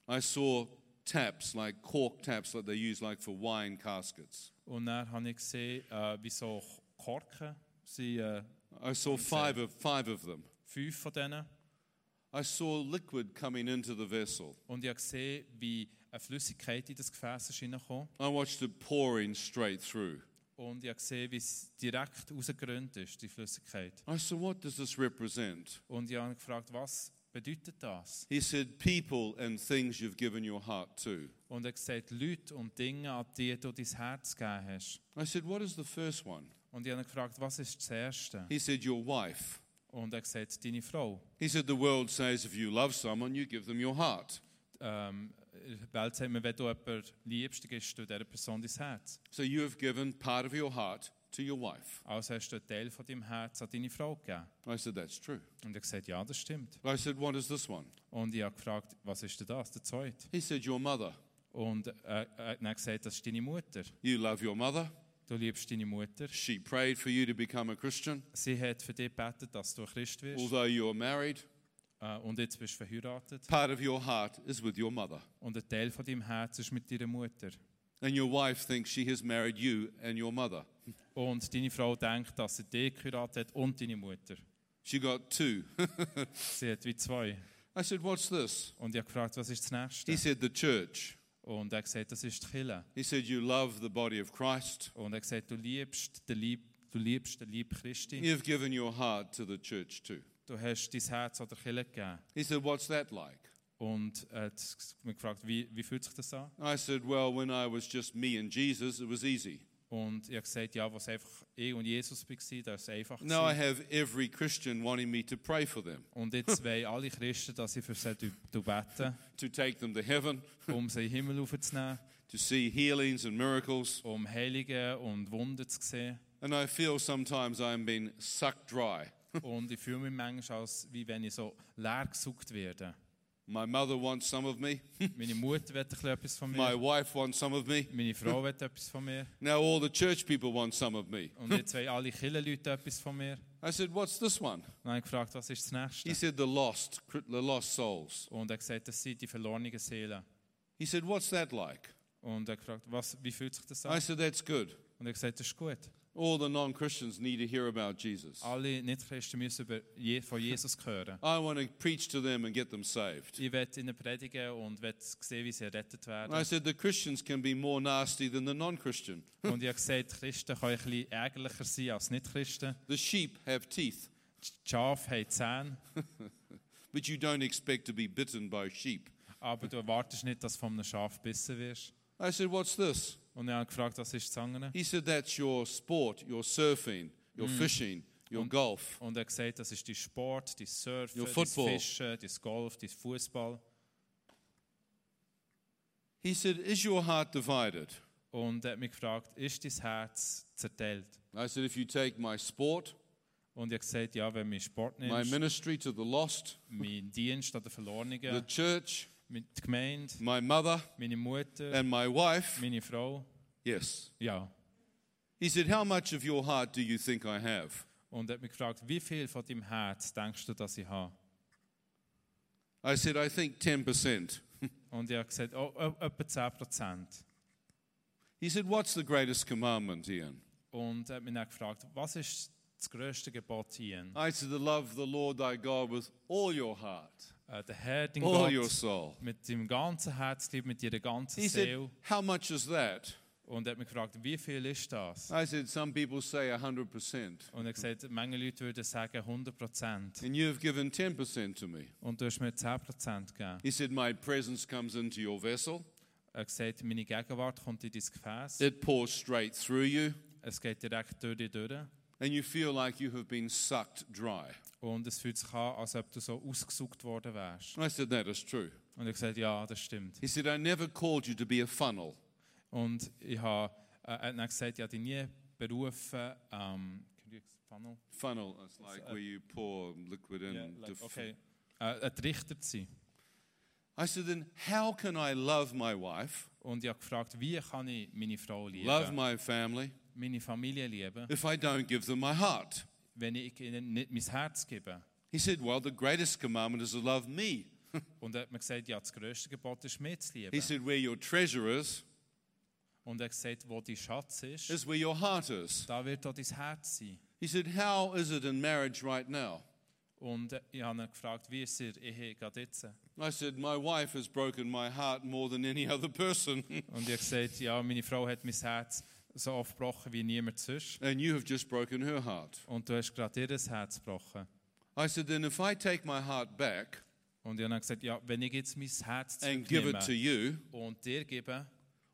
I saw taps, like cork taps, that they use like for wine caskets.
Und dann habe ich gesehen, äh, wie so Korken sind äh,
I saw five of, five of them.
fünf von denen.
I saw liquid coming into the vessel.
Und ich habe gesehen, wie eine Flüssigkeit in das Gefäß ist hineingekommen.
I watched it pouring straight through.
Und ich habe gesehen, wie es direkt rausgerannt ist, die Flüssigkeit.
I said, What does this represent?
Und ich habe gefragt, was bedeutet das?
He said, People and things you've given your heart to.
Und er hat gesagt, Leute und Dinge, an die du dein Herz gegeben hast.
I said, What is the first one?
Und ich habe gefragt, was ist das Erste?
He said, Your wife.
Und er hat gesagt, deine Frau.
He said, The world says if you love someone, you give them your heart.
Ähm, die Welt sagt mir, wenn du jemanden liebst, dann gibst du dieser Person dein Herz.
So you have given part of your heart to your wife.
Also hast du einen Teil von deinem Herz an deine Frau gegeben.
I said, That's true.
Und er hat gesagt, ja, das stimmt.
I said, What is this one?
Und ich habe gefragt, was ist denn das, der Zweite?
He said, Your mother.
Und äh, er hat dann gesagt, das ist deine Mutter.
You love your mother.
Du liebst deine Mutter.
She prayed for you to become a Christian,
Sie hat für dich gebetet, dass du ein Christ wirst.
although you are married.
Äh, und jetzt bist du verheiratet.
Part of your heart is with your mother.
Und ein Teil von deinem Herz ist mit deiner Mutter.
And your wife thinks she has married you and your mother.
Und deine Frau denkt, dass sie dich geheiratet hat und deine Mutter.
She got two.
Sie hat wie zwei.
I said, What's this?
Und ich habe gefragt, was ist das Nächste?
He said, The church.
Und er hat gesagt, das ist die Kirche.
He said, You love the body of Christ.
Und er hat gesagt, du liebst den Lieb, du liebst den Lieb Christi.
You've given your heart to the church too.
Du hast dein Herz an der Kirche gegeben.
He said, What's that like?
Und äh, er hat mich gefragt, wie, wie fühlt sich das an?
I said, Well, when I was just me and Jesus, it was easy.
Und ich habe gesagt, ja, was einfach ich und Jesus war, das war einfach.
Now I
gewesen.
have every Christian wanting me to pray for them,
Und jetzt wollen alle Christen, dass ich für sie du- du bete,
to take them to heaven,
um sie in den Himmel aufzunehmen,
to see healings and miracles.
um Heilige und Wunder zu sehen.
And I feel sometimes I'm being sucked dry.
Und ich fühle mich manchmal, als wie wenn ich so leer gesucht werde.
My mother wants some of me,
Meine Mutter will ein bisschen etwas von
my
mir,
wife wants some of me.
meine Frau will etwas von mir.
Now all the church people want some of me.
Und jetzt wollen alle Kirchenleute etwas von mir.
I said, What's this one?
Und dann habe ich gefragt, was ist das
He
Nächste?
said, The lost, cr- the lost souls.
Und er hat gesagt, das sind die verlorenen Seelen.
He said, What's that like?
Und er hat gefragt, was, wie fühlt sich das
I
an?
said, That's good.
Und er hat gesagt, das ist gut.
All the non Christians need to hear about Jesus.
Alle Nichtchristen müssen über Je von Jesus hören.
I want to preach to them and get them saved.
Ich werde ihnen predigen und werde sehen, wie sie errettet
And I
werden.
said, The Christians can be more nasty than the non Christian.
Und ich habe gesagt, Christen können ein bisschen ärgerlicher sein als Nichtchristen.
The sheep have teeth,
Die Schafe haben Zähne,
but you don't expect to be bitten by sheep.
aber du erwartest nicht, dass du von einem Schaf gebissen wirst.
I said, What's this?
Und ich habe gefragt, was ist das andere?
He said, That's your sport, your surfing, your fishing, your golf.
Und er hat gesagt, das ist dein Sport, dein Surfen,
Your
dein
football.
Fischen, dein Golf, dein Fußball.
He said, Is your heart divided?
Und er hat mich gefragt, ist dein Herz zerteilt?
I said, If you take my sport,
Und ich habe gesagt, ja, wenn du meinen Sport
my
nimmst,
ministry to the lost,
meinen Dienst an den
the
Verlorenen,
church,
mit die Gemeinde,
my mother,
meine Mutter,
and my wife,
meine Frau,
yes.
ja.
He said, How much of your heart do you think I have?
Und er hat mich gefragt, wie viel von deinem Herz denkst du, dass ich habe?
I said, I think 10%.
Und ich habe gesagt, oh, oh, etwa 10 Prozent.
He said, What's the greatest commandment, Ian?
Und er hat mich dann gefragt, was ist das grösste Gebot hier?
I said, To love the Lord thy God with all your heart,
Äh, der Herr, dein
all your
Gott,
soul.
mit deinem ganzen Herz, mit deiner ganzen
He said,
Seele.
How much is that?
Und er hat mich gefragt, wie viel ist das?
I said, Some people say 100%,
Und er hat gesagt, manche Leute würden sagen 100 Prozent.
and you have given 10% to me.
Und du hast mir 10 Prozent gegeben.
He said, My presence comes into your vessel,
Er hat gesagt, meine Gegenwart kommt in dein Gefäß.
it pours straight through you,
Es geht direkt durch dich durch.
and you feel like you have been sucked dry.
Und es fühlt sich an, als ob du so ausgesucht worden wärst.
I said, That is true.
Und er hat gesagt, ja, das stimmt.
He said, I never called you to be a funnel.
Und ich habe, äh, er hat dann gesagt, ich habe dich nie berufen, ähm, can you funnel?
Funnel is like where you pour liquid in.
Yeah,
to
like,
f-
okay. Äh, ein Richter zu sein.
I said, Then how can I love my wife,
Und ich habe gefragt, wie kann ich meine Frau lieben,
love my family,
meine Familie lieben,
if I don't give them my heart?
wenn ich ihnen nicht mein Herz gebe?
He said, Well, the greatest commandment is to love me.
Und er hat mir gesagt, ja, das grösste Gebot ist, mich zu
He
lieben.
said, Where your treasure is,
Und er hat gesagt, wo dein Schatz ist,
is where your heart is.
da wird auch dein Herz sein.
He said, How is it in marriage right now?
Und äh, ich habe ihn gefragt, wie ist ihr Ehe gerade jetzt? Und
I said, My wife has broken my heart more than any other person,
ich habe gesagt, ja, meine Frau hat mein Herz so oft gebrochen wie niemand sonst.
and you have just broken her heart.
Und du hast gerade ihr Herz gebrochen.
I said, Then if I take my heart back
Und ich habe dann gesagt, ja, wenn ich jetzt mein Herz
and give it to
zurücknehme
you,
und dir gebe,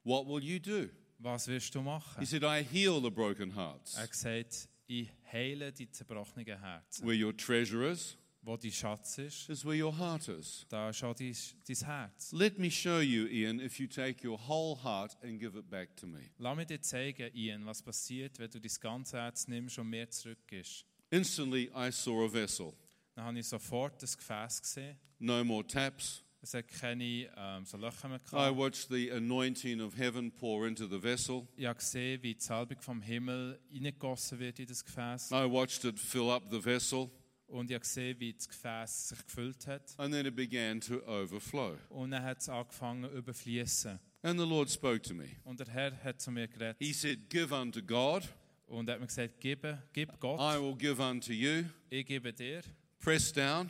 what will you do?
was wirst du machen?
He said, I heal the broken hearts.
Er hat gesagt, ich heile die zerbrochenen Herzen.
Where your treasure is,
Wo dein Schatz ist,
is where your heart is.
da ist auch dein, dein Herz.
Let me show you, Ian, if you take your whole heart and give it back to me.
Lass mich dir zeigen, Ian, was passiert, wenn du dein ganzes Herz nimmst und mir zurückgibst.
Instantly, I saw a vessel.
Dann habe ich sofort das Gefäß gesehen.
No more taps.
Es hat keine ähm, so Löcher mehr
I
gehabt.
watched the anointing of heaven pour into the vessel.
Ich habe gesehen, wie die Salbung vom Himmel hineingegossen wird in das Gefäß.
I watched it fill up the vessel,
Und ich habe gesehen, wie das Gefäß sich gefüllt hat.
and then it began to overflow.
Und dann hat es angefangen zu überfließen.
And the Lord spoke to me.
Und der Herr hat zu mir
He
geredet
said, Give unto God,
und hat mir gesagt, gib, gib
I
Gott,
will give unto you,
ich gebe dir.
pressed down,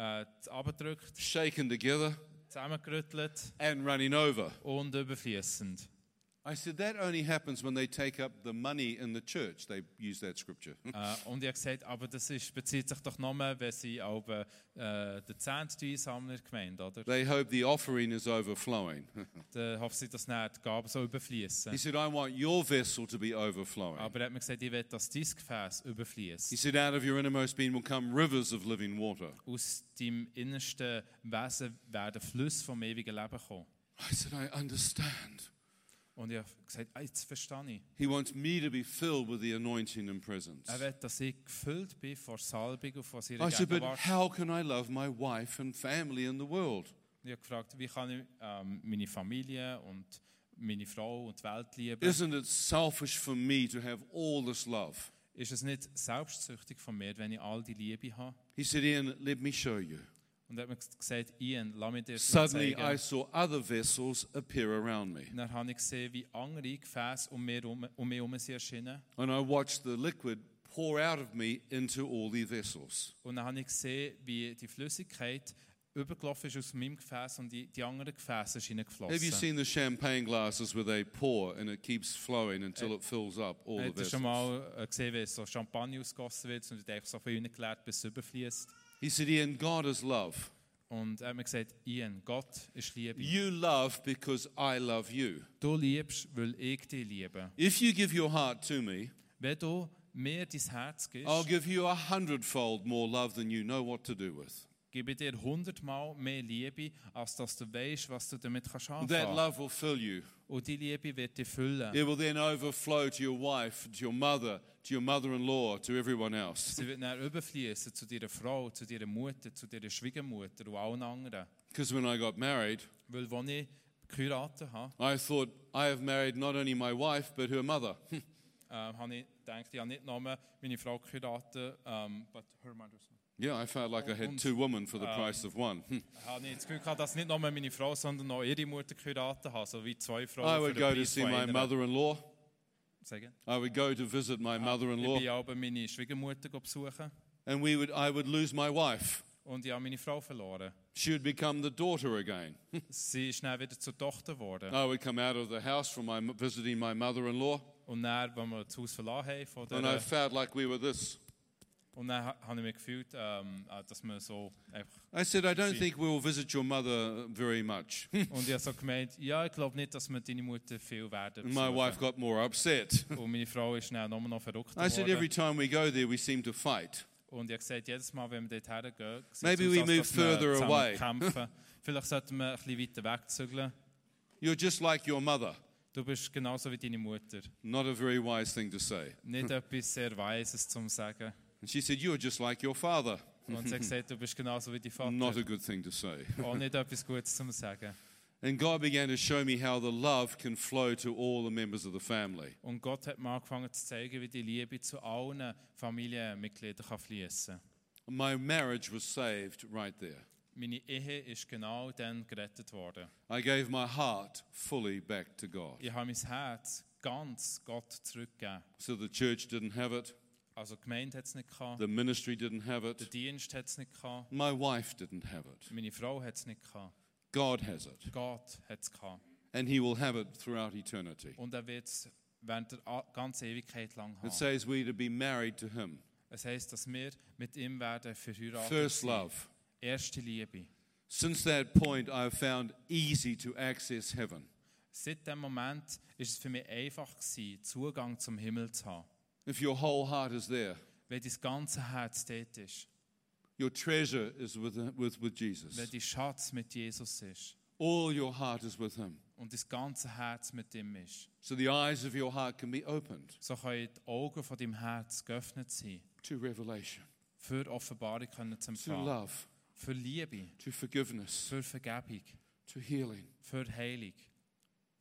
Äh, abgedrückt,
shaken together,
zusammengerüttelt
and running over.
und überfließend.
I said, that only happens when they take up the money in the church. They use that scripture.
Äh, und ich habe gesagt, aber das ist, bezieht sich doch nur, wenn sie auch äh, den Zehnt einsammeln in der Gemeinde, oder?
they hope the offering is overflowing.
Dann hoffen sie, dass nicht die Gaben so
he
überfließen.
said, I want your vessel to be overflowing.
Aber er hat mir gesagt, ich will, dass dein Gefäß
He
überfließt.
said, out of your innermost being will come rivers of living water.
Aus deinem innersten Wesen werden Flüsse vom ewigen Leben kommen.
I said, I understand.
Und ich habe gesagt, ah, jetzt verstehe ich.
He wants me to be filled with the anointing and presence.
Er will, dass ich gefüllt bin von Salbung und von seiner
I said, but
Gegenwart.
how can I love my wife and family and the world?
Ich habe gefragt, wie kann ich ähm, meine Familie und meine Frau und die Welt lieben?
Isn't it selfish for me to have all this love?
Ist es nicht selbstsüchtig von mir, wenn ich all die Liebe habe?
He said, Ian, let me show you.
Und er hat mir gesagt, Ian, lass mich dir
Suddenly I
zeigen.
saw other vessels appear around me.
Und Dann habe ich gesehen, wie andere Gefäße um mich herum um mich herum sind erschienen.
And I watched the liquid pour out of me into all the vessels.
Und dann habe ich gesehen, wie die Flüssigkeit übergelaufen ist aus meinem Gefäß und die, die anderen Gefäße sind
Have you
hineingeflossen.
seen the champagne glasses where they pour and it keeps flowing until it fills up all the
Habt ihr
vessels?
schon mal äh, gesehen, wie so Champagner ausgegossen wird und einfach so viel hineingeleert, bis es überfließt?
He said, Ian, God is love.
Und er hat mir gesagt, Ian, Gott ist Liebe.
You love because I love you.
Du liebst, weil ich dich liebe.
If you give your heart to me,
Wenn du mir dein Herz gibst,
I'll give you a hundredfold more love than you know what to do with.
gebe dir hundertmal mehr Liebe, als dass du weißt, was du damit kannst
That
anfangen.
love will fill you.
Und die Liebe wird dich füllen.
It will then overflow to your wife, to your mother, to your mother in law, to everyone else.
Sie wird dann überfließen zu deiner Frau, zu deiner Mutter, zu deiner Schwiegermutter und allen anderen.
Because when I got married,
Weil als ich geheiratet habe,
I thought, I have married not only my wife, but her mother.
äh, habe ich gedacht, ich habe nicht nur meine Frau geheiratet, ähm, but her mother's not.
yeah, I felt like I had two women for the price of one.
Habe ich das Gefühl gehabt, dass nicht nur meine Frau, sondern auch ihre Mutter geheiratet habe, so wie zwei Frauen
I
für
would
den
go to
Preis
see
von
my
einer.
mother in law.
Sagen.
I would go to visit my mother in law.
Ich bin aber meine Schwiegermutter besuchen
And we would, I would lose my wife.
und ich habe meine Frau verloren.
She would become the daughter again.
Sie ist dann wieder zur Tochter geworden.
I would come out of the house from my, visiting my mother in law.
Und dann, wenn wir das Haus verlassen haben, von
And I
der,
felt like we were this.
und dann ha- habe ich mich gefühlt, ähm, äh, dass man so einfach...
I said, I don't think we'll visit your mother very much.
Und ich habe so gemeint, ja, ich glaube nicht, dass wir deine Mutter viel werden
And my
besuchen.
wife got more upset.
Und meine Frau ist dann nur noch verrückt
I said, every time
geworden.
we go there, we seem to fight.
Und ich habe gesagt, jedes Mal, wenn wir dort hergehen, sieht es
Maybe
aus,
we
als
move
dass wir
further
zusammen
away.
kämpfen. Vielleicht sollten wir ein bisschen weiter wegzügeln.
You're just like your mother.
Du bist genauso wie deine Mutter.
Not a very wise thing to say.
Nicht etwas sehr Weises zum Sagen.
And she said, You're just like your father.
Und sie hat gesagt, du bist genauso wie dein Vater.
Not a good thing to say.
Auch nicht etwas Gutes zum Sagen.
And God began to show me how the love can flow to all the members of the family.
Und Gott hat mir angefangen zu zeigen, wie die Liebe zu allen Familienmitgliedern kann fließen
My marriage was saved right there.
Meine Ehe ist genau dann gerettet worden.
I gave my heart fully back to God.
Ich habe mein Herz ganz Gott zurückgegeben.
So the church didn't have it,
Also die Gemeinde hat es nicht gehabt,
the ministry didn't have
der
it,
Dienst hat es nicht gehabt,
my wife didn't have it.
meine Frau hat es nicht gehabt,
God has it,
Gott hat es gehabt.
and He will have it throughout eternity.
Und er wird es während der a- ganzen Ewigkeit lang
It
haben.
says we to be married to Him.
Es heisst, dass wir mit ihm werden verheiratet
First
sein.
love.
Erste Liebe.
Since that point, I have found easy to access heaven.
Seit dem Moment ist es für mich einfach gewesen, Zugang zum Himmel zu haben.
If your whole heart is there,
Wenn dein ganze Herz dort ist,
your treasure is with, with, with
wenn
Jesus.
dein Schatz mit Jesus ist
All your heart is with Him.
und dein ganze Herz mit ihm ist,
So the eyes of your heart can be opened
so können die Augen von deinem Herz geöffnet sein,
to revelation,
für Offenbarung können zu
to
empfangen,
love,
für Liebe,
to forgiveness,
für Vergebung,
to healing.
für Heilung.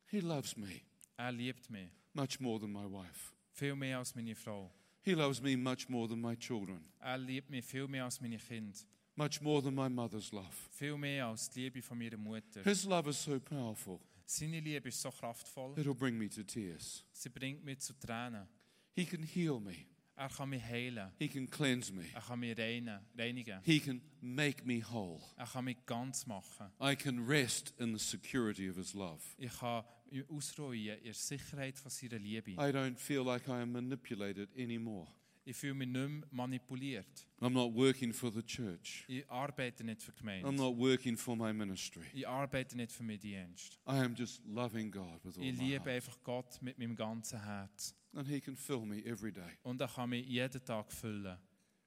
He loves me
Er liebt mich,
much more than my wife.
viel mehr als meine Frau.
He loves me much more than my children,
Er liebt mich viel mehr als meine Kinder,
much more than my mother's love.
viel mehr als die Liebe von meiner Mutter.
His love is so powerful,
Seine Liebe ist so kraftvoll,
it'll bring me to tears.
sie bringt mich zu Tränen.
He can heal me,
Er kann mich heilen.
He can cleanse me,
Er kann mich reinen, reinigen.
He can make me whole.
Er kann mich ganz machen.
I can rest in the security of His love.
Ich kann ausruhen in der Sicherheit von seiner Liebe.
I don't feel like I am manipulated anymore.
Ich fühle mich nicht mehr manipuliert.
I'm not working for the church.
Ich arbeite nicht für die
I'm
Gemeinde.
not working for my ministry.
Ich arbeite nicht für meinen Dienst.
I am just loving God with all
Ich
my
liebe
heart.
einfach Gott mit meinem ganzen Herz.
And He can fill me every day.
Und er kann mich jeden Tag füllen.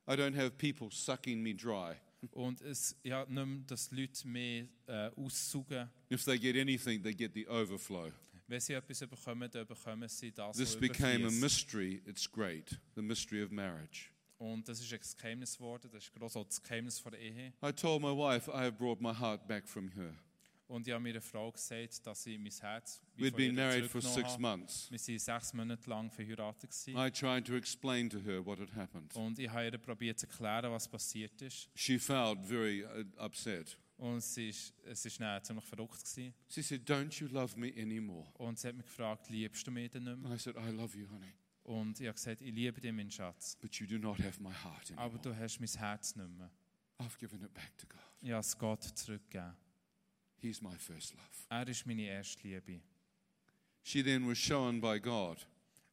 I don't have people sucking me dry.
Und es, ich habe nicht mehr, dass die Leute mich äh, aussaugen.
If they get anything, they get the overflow.
Wenn sie etwas bekommen, dann bekommen sie das,
This
was
became a
überfließt.
mystery. It's great. The mystery of marriage.
Und das ist ein Geheimnis geworden, das ist gross, auch das Geheimnis von der Ehe.
I told my wife I have brought my heart back from her.
Und ich habe meiner Frau gesagt, dass ich mein Herz wie
We'd
von
been
ihr
married for
zurückgenommen
six
habe.
months.
Wir waren sechs Monate lang verheiratet. gewesen.
I tried to explain to her what had happened.
Und ich habe ihr probiert zu erklären, was passiert ist.
She felt very uh, upset.
Und sie ist, es war dann ziemlich verrückt. Gewesen.
She said, Don't you love me anymore?
Und sie hat mich gefragt, liebst du mich denn nicht mehr?
I said, I love you, honey,
Und ich habe gesagt, ich liebe dich, mein Schatz.
but you do not have my heart
Aber
anymore.
du hast mein Herz nicht mehr.
I've given it back to God.
Ich habe es Gott zurückgegeben.
He's my first love.
Er ist meine erste Liebe.
She then was shown by God.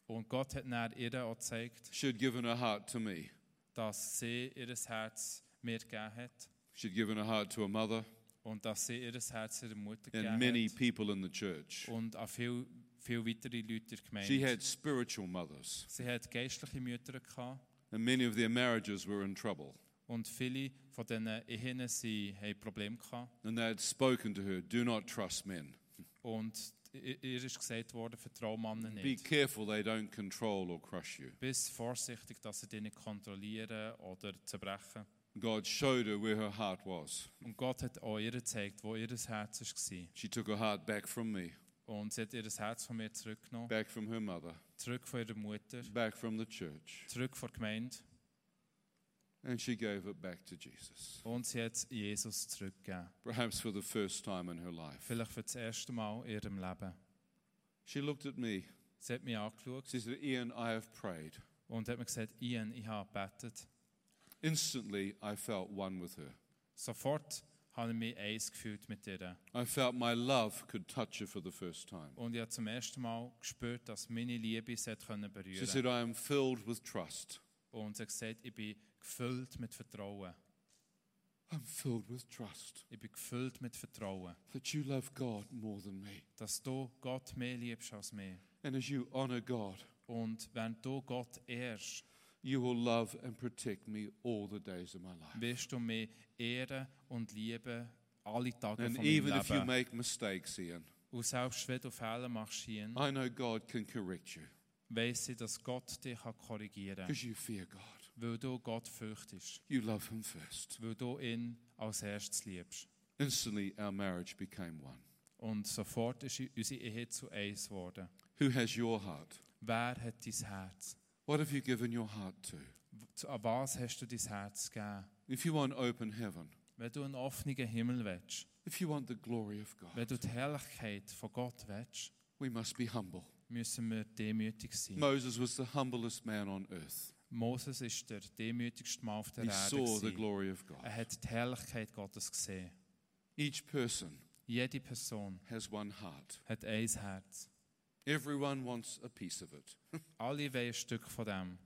Und Gott hat dann ihr auch gezeigt,
She had given her heart to me.
dass sie ihr Herz mir gegeben hat
She'd given her heart to a mother
und dass sie ihr Herz ihrer Mutter
and many
gegeben hat
people in the church.
und an viele viel weitere Leute in der
She
Gemeinde.
had spiritual mothers,
Sie hat geistliche Mütter gehabt
and many of their marriages were in trouble.
und viele von diesen Ehen sie haben Probleme gehabt.
And they had spoken to her, Do not trust men.
Und i- ihr ist gesagt worden, vertraue Männer
Be
nicht.
careful they don't control or crush you.
Bist vorsichtig, dass sie dich nicht kontrollieren oder zerbrechen.
God showed her where her heart was.
Und Gott hat auch ihr gezeigt, wo ihr Herz war.
She took her heart back from me,
Und sie hat ihr Herz von mir zurückgenommen,
back from her mother,
zurück von ihrer Mutter,
back from the church.
zurück von der Gemeinde.
And she gave it back to Jesus,
Und sie hat es Jesus zurückgegeben.
perhaps for the first time in her life.
Vielleicht für das erste Mal in ihrem Leben.
She looked at me.
Sie hat mich angeschaut
She said, Ian, I have prayed.
und hat mir gesagt, Ian, ich habe gebetet.
Instantly, I felt one with her.
Sofort habe ich mich eins gefühlt mit ihr.
I felt my love could touch her for the first time.
Und ich habe zum ersten Mal gespürt, dass meine Liebe sie hat können
She
berühren
said, I am filled with trust.
Und sie hat gesagt, ich bin gefüllt mit Vertrauen.
I'm filled with trust
Ich bin gefüllt mit Vertrauen,
that you love God more than me.
dass du Gott mehr liebst als mich.
And as you honor God,
Und wenn du Gott ehrst,
you will love and protect me all the days of my life.
wirst du mich ehren und lieben alle Tage
And
von meinem
even if you
Leben.
make mistakes, Ian,
Und selbst wenn du Fehler machst, Ian,
I know God can correct you
weiss sie, dass Gott dich kann korrigieren kann,
because you fear God.
weil du Gott fürchtest,
You love Him first.
weil du ihn als erstes liebst.
Instantly, our marriage became one.
Und sofort ist unsere Ehe zu eins geworden.
Who has your heart?
Wer hat dein Herz?
What have you given your heart to?
Zu- An was hast du dein Herz gegeben?
If you want open heaven,
Wenn du einen offenen Himmel willst,
if you want the glory of God,
wenn du die Herrlichkeit von Gott willst,
we must be humble.
müssen wir demütig sein.
Moses was the humblest man on earth.
Moses ist der demütigste Mann auf der
He
Erde.
saw the
gewesen.
glory of God.
Er hat die Herrlichkeit Gottes gesehen.
Each person
Jede Person
has one heart.
hat ein Herz.
Everyone wants a piece of it.
Alle wollen ein Stück von dem.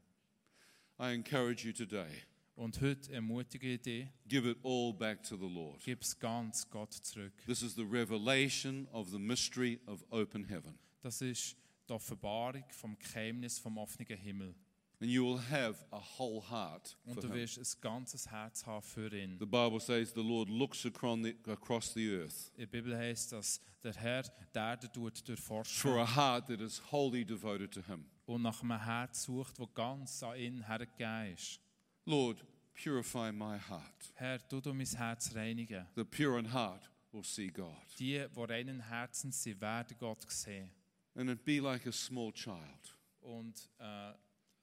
I encourage you today
Und heute ermutige ich dich,
give it all back to the Lord.
gib es ganz Gott zurück.
This is the revelation of the mystery of open heaven.
Das ist die Offenbarung vom Geheimnis vom offenen Himmel.
And you will have a whole heart
Und
for
du
him.
wirst ein ganzes Herz haben für ihn.
The Bible says the Lord looks acron- across the earth
In der Bibel heißt, dass der Herr die Erde tut
for a
durchforschen
heart that is wholly devoted to him.
und nach einem Herz sucht, das ganz an ihn hergegeben ist.
Lord, purify my heart.
Herr, tu du mein Herz reinigen.
The pure in heart will see God.
Die, die reinen Herzens sind, werden Gott sehen.
And it be like a small child.
Und äh,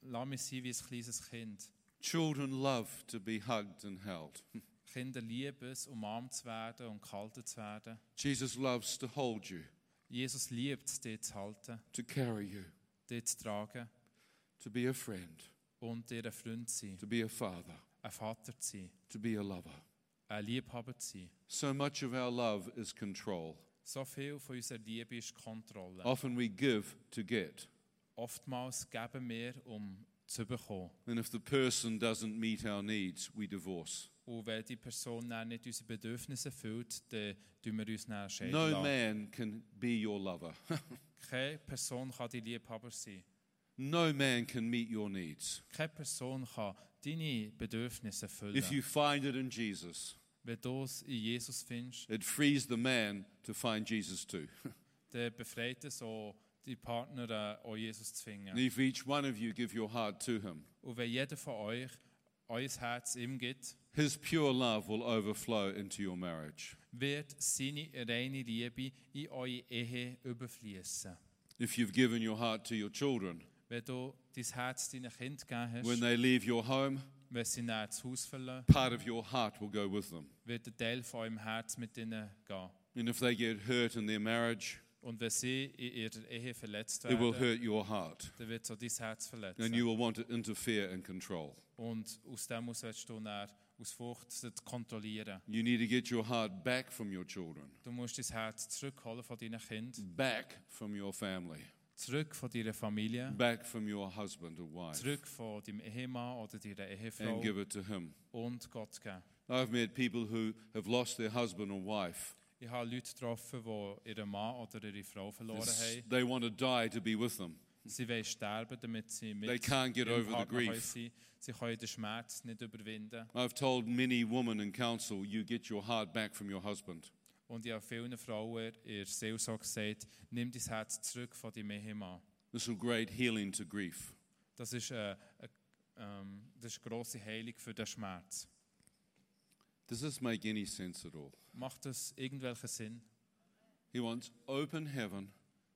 lass mich sein wie ein kleines Kind.
Children love to be hugged and held.
Kinder lieben es, umarmt zu werden und gehalten zu werden.
Jesus loves to hold you,
Jesus liebt es, dich zu halten,
to carry you,
dich zu tragen
to be a friend,
und dir ein Freund zu sein,
to be a father,
ein Vater zu sein,
to be a lover.
ein Liebhaber zu sein.
So much of our love is control.
So viel von unserer Liebe ist Kontrolle.
Often we give to get.
Oftmals geben wir, um zu bekommen.
And if the person doesn't meet our needs, we divorce.
Und wenn die Person dann nicht unsere Bedürfnisse erfüllt, dann tun wir uns dann scheiden
No
lassen.
man can be your lover.
Keine Person kann dein Liebhaber sein.
no man can meet your needs.
Keine Person kann deine Bedürfnisse erfüllen.
If you find it in Jesus,
Wenn du es in Jesus findest,
it frees the man to find Jesus too.
dann befreit es auch die Partner, äh, auch Jesus zu finden.
And if each one of you give your heart to him,
Und wenn jeder von euch euer Herz ihm gibt,
his pure love will overflow into your marriage.
wird seine reine Liebe in eure Ehe überfließen.
If you've given your heart to your children,
Wenn du dein Herz deinen Kind gegeben
when
hast,
they leave your home,
wenn sie dann das Haus verlassen,
part of your heart will go with them.
wird ein Teil von eurem Herz mit ihnen gehen.
And if they get hurt in their marriage,
Und wenn sie in ihrer Ehe verletzt
it will
werden,
hurt your heart.
dann wird so dein Herz verletzt.
And you will want to interfere and control.
Und aus dem heraus willst du dann aus Furcht sie zu kontrollieren.
You need to get your heart back from your children,
Du musst dein Herz zurückholen von deinen Kindern,
back from your family,
zurück von deiner Familie,
back from your husband or wife,
zurück von deinem Ehemann oder deiner
and
Ehefrau
give it to him.
und Gott geben.
I've met people who have lost their husband or wife.
Ich habe Leute getroffen, die ihren Mann oder ihre Frau verloren haben.
They want to die to be with them.
Sie wollen sterben, damit sie mit
They can't get over
ihrem
the
Partner können
grief.
sein Sie können den Schmerz nicht überwinden.
I've told many women in council, you get your heart back from your husband.
Und ich habe vielen Frauen in der Seelsorge gesagt, nimm dein Herz zurück von deinem Ehemann.
This is great healing to grief.
Das ist eine, eine, ähm, das ist eine grosse Heilung für den Schmerz.
Does this make any sense at all?
Macht das irgendwelchen Sinn?
He wants open heaven.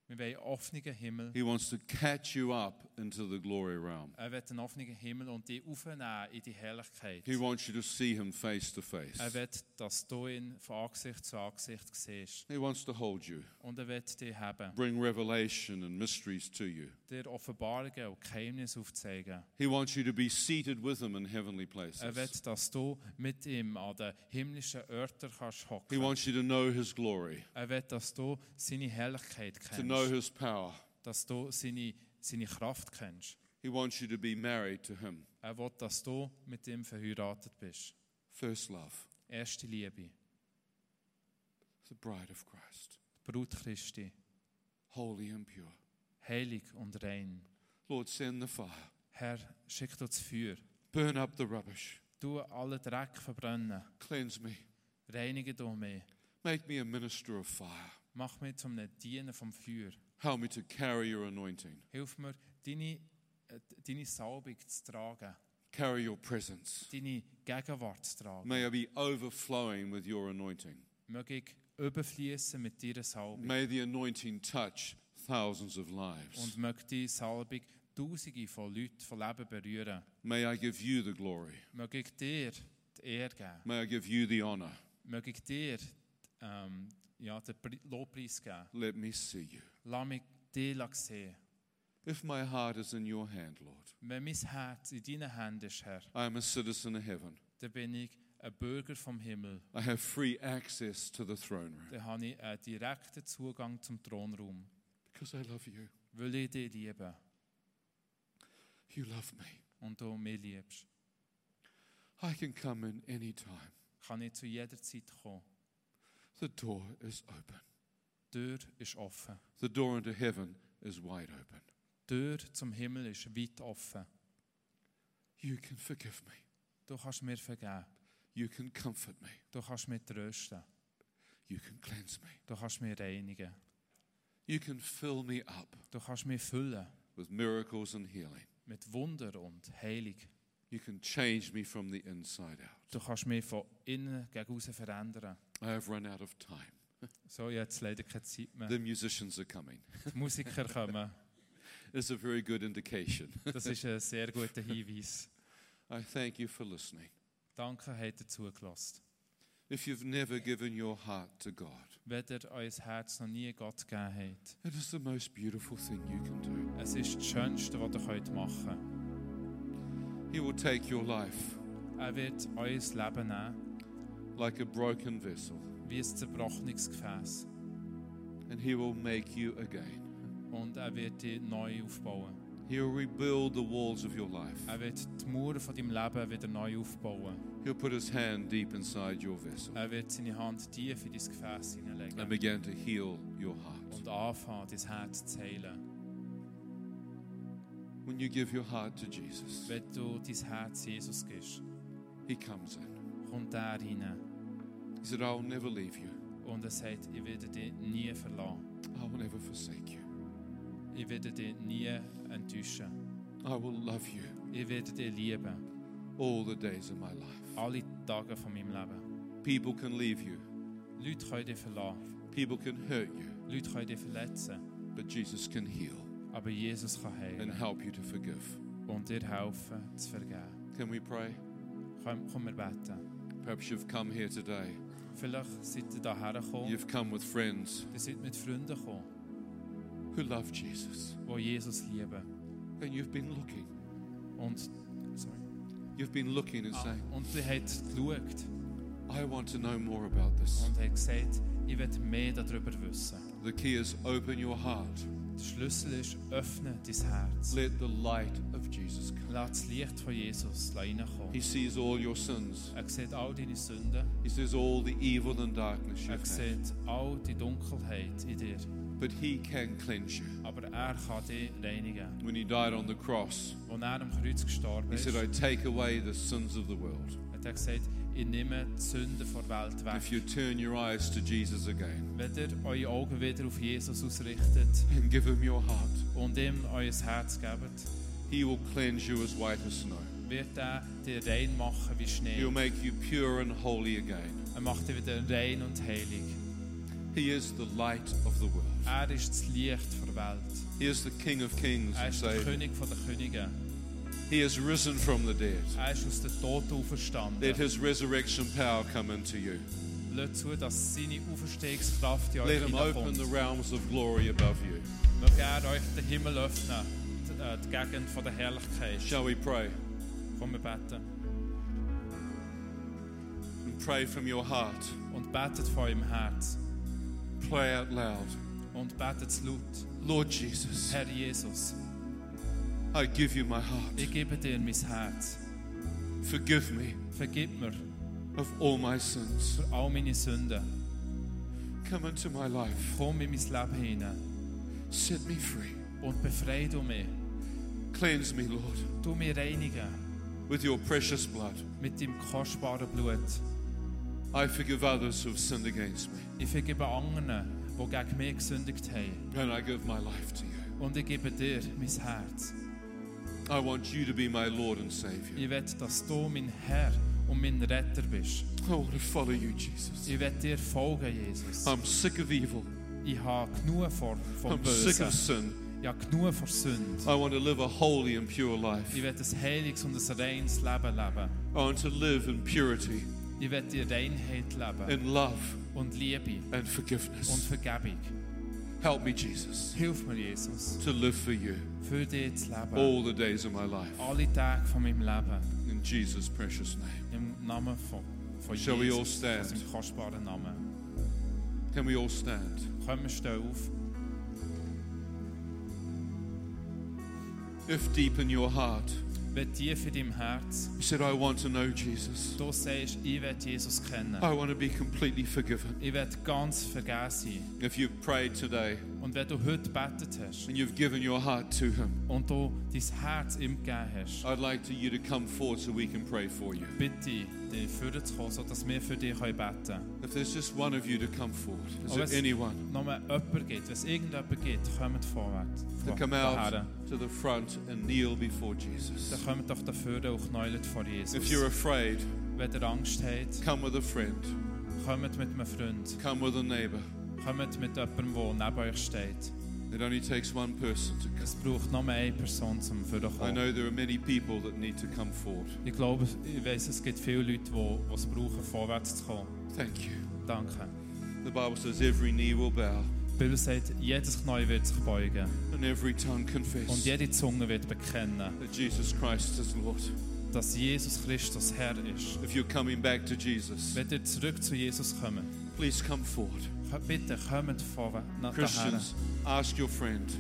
Wir wollen einen offenen Himmel.
He wants to catch you up into the glory realm.
Er will einen offenen Himmel und dich aufnehmen in die Herrlichkeit.
He wants you to see him face to face.
Er will, dass du ihn von Angesicht zu Angesicht siehst.
He wants to hold you,
Und er will dich haben.
bring revelation and mysteries to you.
dir Offenbarungen und Geheimnisse aufzeigen.
He wants you to be seated with him in heavenly
Er will,
places.
dass du mit ihm an den himmlischen Örtern kannst
He
hocken.
wants you to know his glory,
Er will, dass du seine Herrlichkeit
to know
kennst,
his power.
dass du seine, seine Kraft kennst.
He wants you to be married to him.
Er will, dass du mit ihm verheiratet bist.
First love,
Erste Liebe,
the bride of Christ,
die Brut Christi,
holy and pure.
heilig und rein.
Lord, send the fire,
Herr, schick uns Feuer.
burn up the rubbish,
Du alle Dreck verbrennen.
cleanse me,
Reinige du mich.
make me a minister of fire.
Mach mich zum einem Diener vom Feuer.
Help me to carry your anointing,
Hilf mir, deine, äh, deine Salbung zu tragen.
carry your presence.
deine Gegenwart zu tragen.
May I be overflowing with your anointing.
Möge ich überfließen mit deiner Salbung.
May the anointing touch thousands of lives.
Und möge die Salbung Tausende von Leuten, von Leben berühren.
May I give you the glory.
Möge ich dir die Ehre geben.
May I give you the honor.
Möge ich dir ähm, ja, den Pri- Lobpreis geben.
Let me see you.
Lass mich dich sehen.
If my heart is in your hand, Lord,
Wenn mein Herz in deinen Händen ist, Herr,
I am a citizen of heaven.
dann bin ich ein Bürger vom Himmel.
I have free access to the throne room
Dann habe ich einen direkten Zugang zum Thronraum,
because I love you.
weil ich dich liebe
You love me.
und du mich liebst.
I can come in any time.
Kann ich zu jeder Zeit kommen.
The door is open.
Die Tür ist offen.
The door into heaven is wide open.
Die Tür zum Himmel ist weit offen.
You can forgive me.
Du kannst mir vergeben.
You can comfort me.
Du kannst mich trösten.
You can cleanse me.
Du kannst mich reinigen.
You can fill me up
Du kannst mich füllen
with miracles and healing.
mit Wunder und Heilung.
You can change me from the inside out.
Du kannst mich von innen gegen außen verändern.
I have run out of time.
So, jetzt leider keine Zeit mehr.
The musicians are coming.
Die Musiker kommen.
It's a very good indication.
Das ist ein sehr guter Hinweis.
I thank you for listening.
Danke, habt ihr zugelassen.
If you've never given your heart to God,
Wenn ihr euer Herz noch nie Gott gegeben habt,
it is the most beautiful thing you can do.
es ist das Schönste, was ihr könnt machen
He will take your life
könnt. Er wird euer Leben nehmen,
like a broken vessel
wie ein zerbrochenes Gefäß.
and He will make you again.
und er wird dich neu aufbauen.
He'll rebuild the walls of your life.
Er wird die Mauern von deinem Leben wieder neu aufbauen.
He'll put His hand deep inside your vessel
Er wird seine Hand tief in dein Gefäß
and
hineinlegen
begin to heal your heart.
und anfangen, dein Herz zu heilen.
When you give your heart to Jesus,
Wenn du dein Herz Jesus gibst,
He comes in.
kommt er hinein
He said, I'll never leave you,
und er sagt, ich werde dich nie verlassen.
I will never forsake you,
Ich werde dich nie enttäuschen.
I will love you
Ich werde dich lieben.
all the days of my life.
Alle Tage von meinem Leben.
People can leave you,
Leute können dich verlassen.
people can hurt you,
Leute können dich verletzen.
but Jesus can heal
Aber Jesus kann
and
heilen
help you to forgive.
und dir helfen, zu vergeben.
Can we pray?
Komm, komm wir beten.
Perhaps you've come here today.
Vielleicht seid ihr hierher gekommen,
You've come with friends
ihr seid mit Freunden gekommen,
who love Jesus,
die Jesus lieben.
and you've been looking.
Und, sorry.
You've been looking and
Ah,
saying,
und ihr habt geschaut
I want to know more about this.
und habt gesagt, ich will mehr darüber wissen.
The key is open your heart.
Der Schlüssel ist, öffne dein Herz.
Let the light of Jesus come.
Lass das Licht von Jesus
He
reinkommen.
sees all your sins.
Er sieht all deine Sünden.
He sees all the evil and darkness you
Er
have.
sieht all die Dunkelheit in dir.
But he can cleanse you.
Aber er kann dich reinigen.
When he died on the cross,
Als er am Kreuz gestorben
he
ist,
said, I take away the sins of the world.
hat er gesagt, ich nehme die Sünden von der Welt weg.
If you turn your eyes to Jesus again
Wenn ihr eure Augen wieder auf Jesus ausrichtet
and give him your heart,
und ihm euer Herz gebt,
he will cleanse you as white as snow.
wird er dich rein machen wie Schnee.
He'll make you pure and holy again.
Er macht dich wieder rein und heilig.
He is the light of the world.
Er ist das Licht der Welt.
He is the King of kings
Er
and
ist der
Savior.
König der Könige.
He is risen from the dead.
Er ist aus den Toten
Let
auferstanden.
his resurrection power come into you.
Lass zu, dass seine Auferstehungskraft in euch
Let him open
hineinkommt.
the realms of glory above you.
Möge er euch den Himmel öffnen, die, äh, die Gegend von der Herrlichkeit.
Shall we pray?
Komm, wir beten.
And pray from your heart.
Und betet von eurem Herz.
Pray out loud.
Und betet es laut.
Lord Jesus,
Herr Jesus,
I give you my
ich
heart.
gebe dir mein Herz.
Forgive me
Vergib mir
of all my sins.
für all meine Sünden.
Come into my life.
Komm in mein Leben hinein
Set me free.
und befreie du mich.
Cleanse me, Lord,
Du mich reinigen
with your precious blood.
mit deinem kostbaren Blut.
I forgive others who have sinned against me.
Ich vergebe anderen, die gegen mich gesündigt haben.
And I give my life to you.
Und ich gebe dir mein Herz.
I want you to be my Lord and Savior.
Ich will, dass du mein Herr und mein Retter bist.
I want to follow you, Jesus.
Ich will dir folgen, Jesus.
I'm sick of evil.
Ich habe genug vor, vom
I'm sick
Bösen.
of sin.
Ich habe genug vor Sünde.
I want to live a holy and pure life.
Ich will ein heiliges und ein reines Leben leben.
I want to live in purity,
Ich will die Reinheit leben
in love,
und Liebe
and
und
forgiveness.
Vergebung.
Help me, Jesus,
Hilf mir, Jesus,
to live for you
für dich zu leben.
all the days of my life.
Alle Tage von meinem Leben.
In Jesus' precious name.
Im Namen von, von
Shall we all
Jesus,
stand?
aus dem kostbaren Namen.
Can we all stand?
Kommen wir stehen auf.
If deep in your heart,
Wenn tief in deinem Herz
you said, I want to know Jesus.
du sagst, ich will Jesus kennen.
I want to be completely forgiven.
Ich will ganz vergeben sein.
If you've prayed today
Und wenn du heute betet hast
and you've given your heart to Him,
und du dein Herz ihm gegeben hast,
I'd like to, you to come forward so we can pray for you.
bitte ich, dich vorzukommen, sodass wir für dich beten können.
If there's just one of you to come forward,
Oh,
is
let's-
there anyone
Nur wenn jemand gibt, wenn es irgendjemand gibt, kommt vorwärts.
to
vor-
come out
vorher.
to the front and kneel before Jesus?
Dann kommt doch dafür auch Neulet vor Jesus.
If you're afraid,
Wenn ihr Angst habt,
come with a friend,
kommt mit einem Freund.
come with a neighbor.
Kommt mit jemandem, der neben euch steht.
It only takes one person to come.
Es braucht nur eine Person, um
I
vorzukommen.
know there are many people that need to come forward.
Ich glaube, ich weiss, es gibt viele Leute, die, die es brauchen, vorwärts zu kommen.
Thank you.
Danke.
The Bible says every knee will bow
Die Bibel sagt, jedes Knie wird sich beugen
and every tongue
und
confess
jede Zunge wird bekennen,
that Jesus Christ is Lord.
dass Jesus Christus Herr ist.
If you're coming back to Jesus,
Wenn ihr zurück zu Jesus kommt,
please come forward.
bitte kommt vorwärts nach daher.
Christians, ask your friend,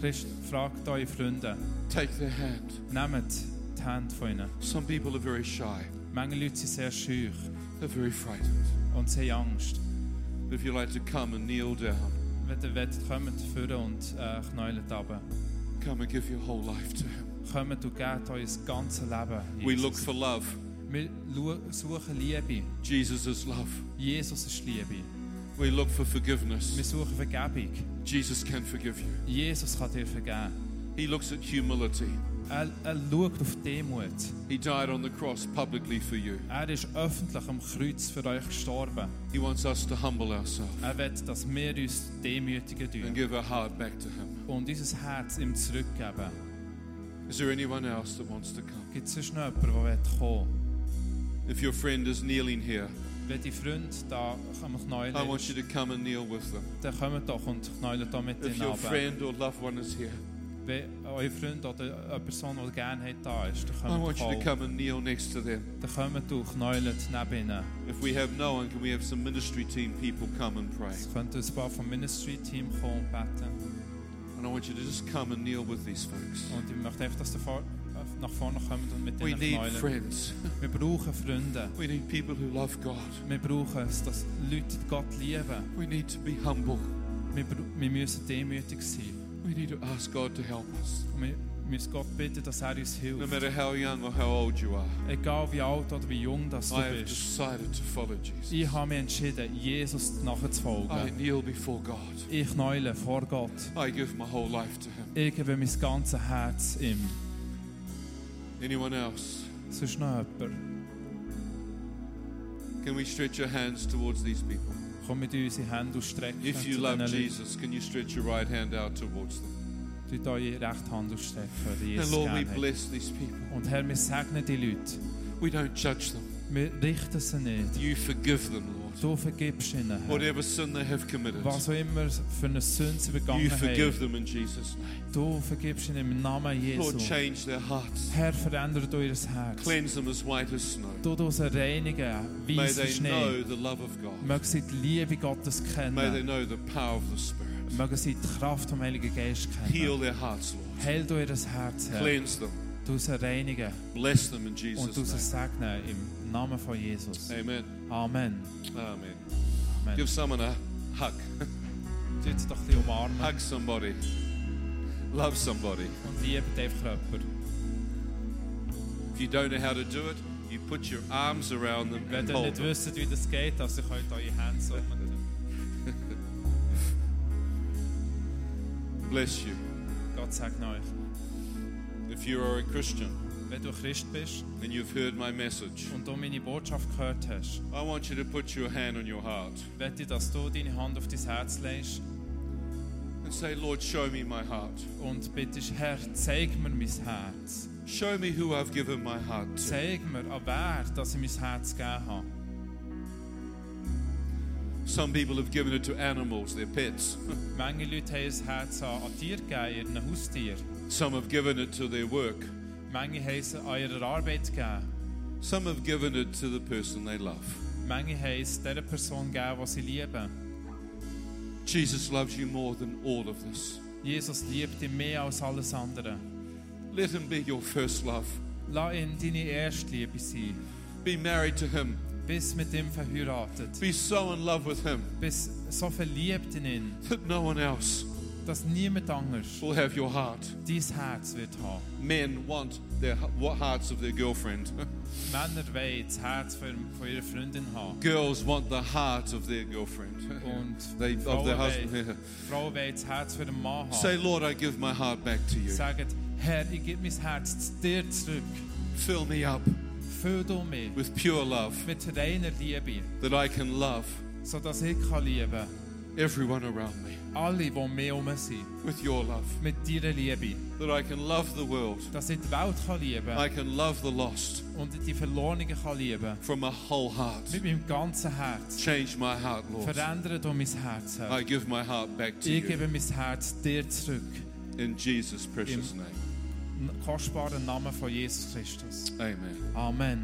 Christ, fragt eure Freunde,
take their hand.
nehmt die Hände von ihnen.
Some people are very shy,
Manche Leute sind sehr schüch
they're very frightened.
und sie haben Angst.
If you like to come and kneel down,
Wenn ihr wollt, kommt führen und äh, knäulet runter.
come and give your whole life to Him.
Kommt und gebt euer ganzes Leben.
We look
Jesus.
for love.
Wir lu- suchen Liebe.
Jesus is love.
Jesus ist Liebe.
We look for
Wir
forgiveness.
suchen Vergebung.
Jesus can forgive you.
Jesus kann dir vergeben.
He looks at humility.
Er, er schaut auf Demut.
He died on the cross publicly for you.
Er ist öffentlich am Kreuz für euch gestorben.
He wants us to humble ourselves
Er will, dass wir uns demütigen
and
tun
give our heart back to Him.
und unser Herz ihm zurückgeben.
Is there anyone else that wants to come?
Gibt es sonst noch jemanden, der kommen
If your friend is kneeling here,
will? Wenn die Freunde da am Knäuel
I want you to come and kneel with them.
dann kommt doch und knäuelt hier mit
If
ihnen
your
runter.
friend or loved one is here,
Wenn euer Freund oder eine Person, die ihr gerne habt, da ist,
I
dann
want
kommt
you to
auch.
come and kneel next to them.
Dann kommt und knäuelt neben ihnen.
If we have no one, can we have some ministry team people come and pray?
Es könnten ein paar vom Ministry-Team kommen und beten.
And I want you to just come and kneel with these folks.
Und ich möchte einfach, dass ihr vor, nach vorne kommt und mit
We
ihnen
need
knäuelt.
friends.
Wir brauchen Freunde.
We need people who love God.
Wir brauchen es, dass Leute Gott lieben.
We need to be humble.
Wir, br- wir müssen demütig sein.
We need to ask God to help us.
Und wir müssen Gott bitten, dass er uns
No
hilft.
matter how young or how old you are,
Egal wie alt oder wie jung das du
I have
bist.
decided to follow Jesus.
Ich habe mich entschieden, Jesus
I
nachzufolgen.
kneel before God.
Ich knäule vor Gott.
I give my whole life to Him.
Ich gebe mein ganzes Herz ihm.
Anyone else?
Sonst noch jemand.
Can we stretch your hands towards these people?
Komm mit unseren Händen ausstrecken.
If you
zu
love
diesen Leuten.
Jesus, can you stretch your right hand out towards them?
Tut eure rechte Hand ausstrecken,
And
die Jesus
Lord, we
gerne hat.
bless these people.
Und Herr, wir segnen die Leute.
We don't judge them.
Wir richten sie nicht.
You forgive them, Lord.
Du vergibst ihnen, Herr.
Whatever sin they have committed,
Was auch immer für eine Sünde sie
you
begangen
forgive
haben,
them in Jesus' name.
du vergibst ihnen im Namen Jesu.
Lord, change their hearts.
Herr, verändere du ihr Herz.
Cleanse them as white as snow.
Du du sie reinigen,
May
weiss wie
they know
Schnee.
the love of God.
Mögen sie die Liebe Gottes
May they
kennen.
know the power of the Spirit.
Mögen sie die Kraft vom Heiligen Geist
Heal
kennen.
their hearts, Lord.
Heil du ihr Herz, Herr.
Cleanse them.
Du sie reinigen
Bless them in
und du sie
Jesus'
segnen im Namen von Jesus.
name. Amen.
Amen.
Amen.
Amen.
Give someone a hug.
Tut sie doch ein bisschen umarmen
Hug somebody. Love somebody.
und liebt einfach jemanden.
If you don't know how to do it, you put your arms around them
Wenn
and
ihr
hold
nicht
them.
wisst, wie das geht, also könnt ihr eure Hände so machen.
Bless you.
Gott segne euch.
If you are a Christian
Wenn du Christ bist
and you've heard my message,
und du meine Botschaft gehört hast,
I want you to put your hand on your heart
möchte ich, dass du deine Hand auf dein Herz legst
and say, Lord, show me my heart.
und bittest, Herr, zeig mir mein Herz.
Show me who I've given my heart to.
Zeig mir, an wer dass ich mein Herz gegeben habe.
Some people have given it to animals, their pets.
Manche Leute haben ihr Herz an, an Tier gegeben, ihren Haustier.
Some have given it to their work.
Manche haben es an ihrer Arbeit gegeben.
Some have given it to the person they love.
Manche haben es der Person gegeben, die sie lieben.
Jesus loves you more than all of this.
Jesus liebt dich mehr als alles andere.
Let him be your first love.
Lass ihn deine Erstliebe sein.
Be married to him.
Bist mit ihm verheiratet.
Be so in love with him
Bist so verliebt in ihn.
that no one else
dass niemand anders
will have your heart.
dein Herz wird haben.
Men want their what hearts of their girlfriend.
Männer wollen das Herz von, von ihrer Freundin haben.
Girls want the heart of their girlfriend.
Und
They of
Frauen,
their husband.
wollen, Frauen wollen das Herz von ihrem Mann
Say,
haben.
Lord, I give my heart back to you.
Sagen, Herr, ich gebe mein Herz zu dir zurück.
Fill me up
Füll du mich
with pure love
mit reiner Liebe,
that I can love
sodass ich kann lieben kann.
everyone around me
Alle, die um mich herum sind,
with your love.
mit deiner Liebe.
That I can love the world.
Dass ich die Welt kann lieben
I
kann
can love the lost
und die Verlorenen kann lieben
from a whole heart.
Mit meinem ganzen Herz.
Change my heart, Lord.
Verändere du mein Herz, Herr.
I give my heart back to
Ich
you
gebe mein Herz dir zurück.
in Jesus' precious name.
Im n- kostbaren Namen von Jesus Christus.
Amen.
Amen.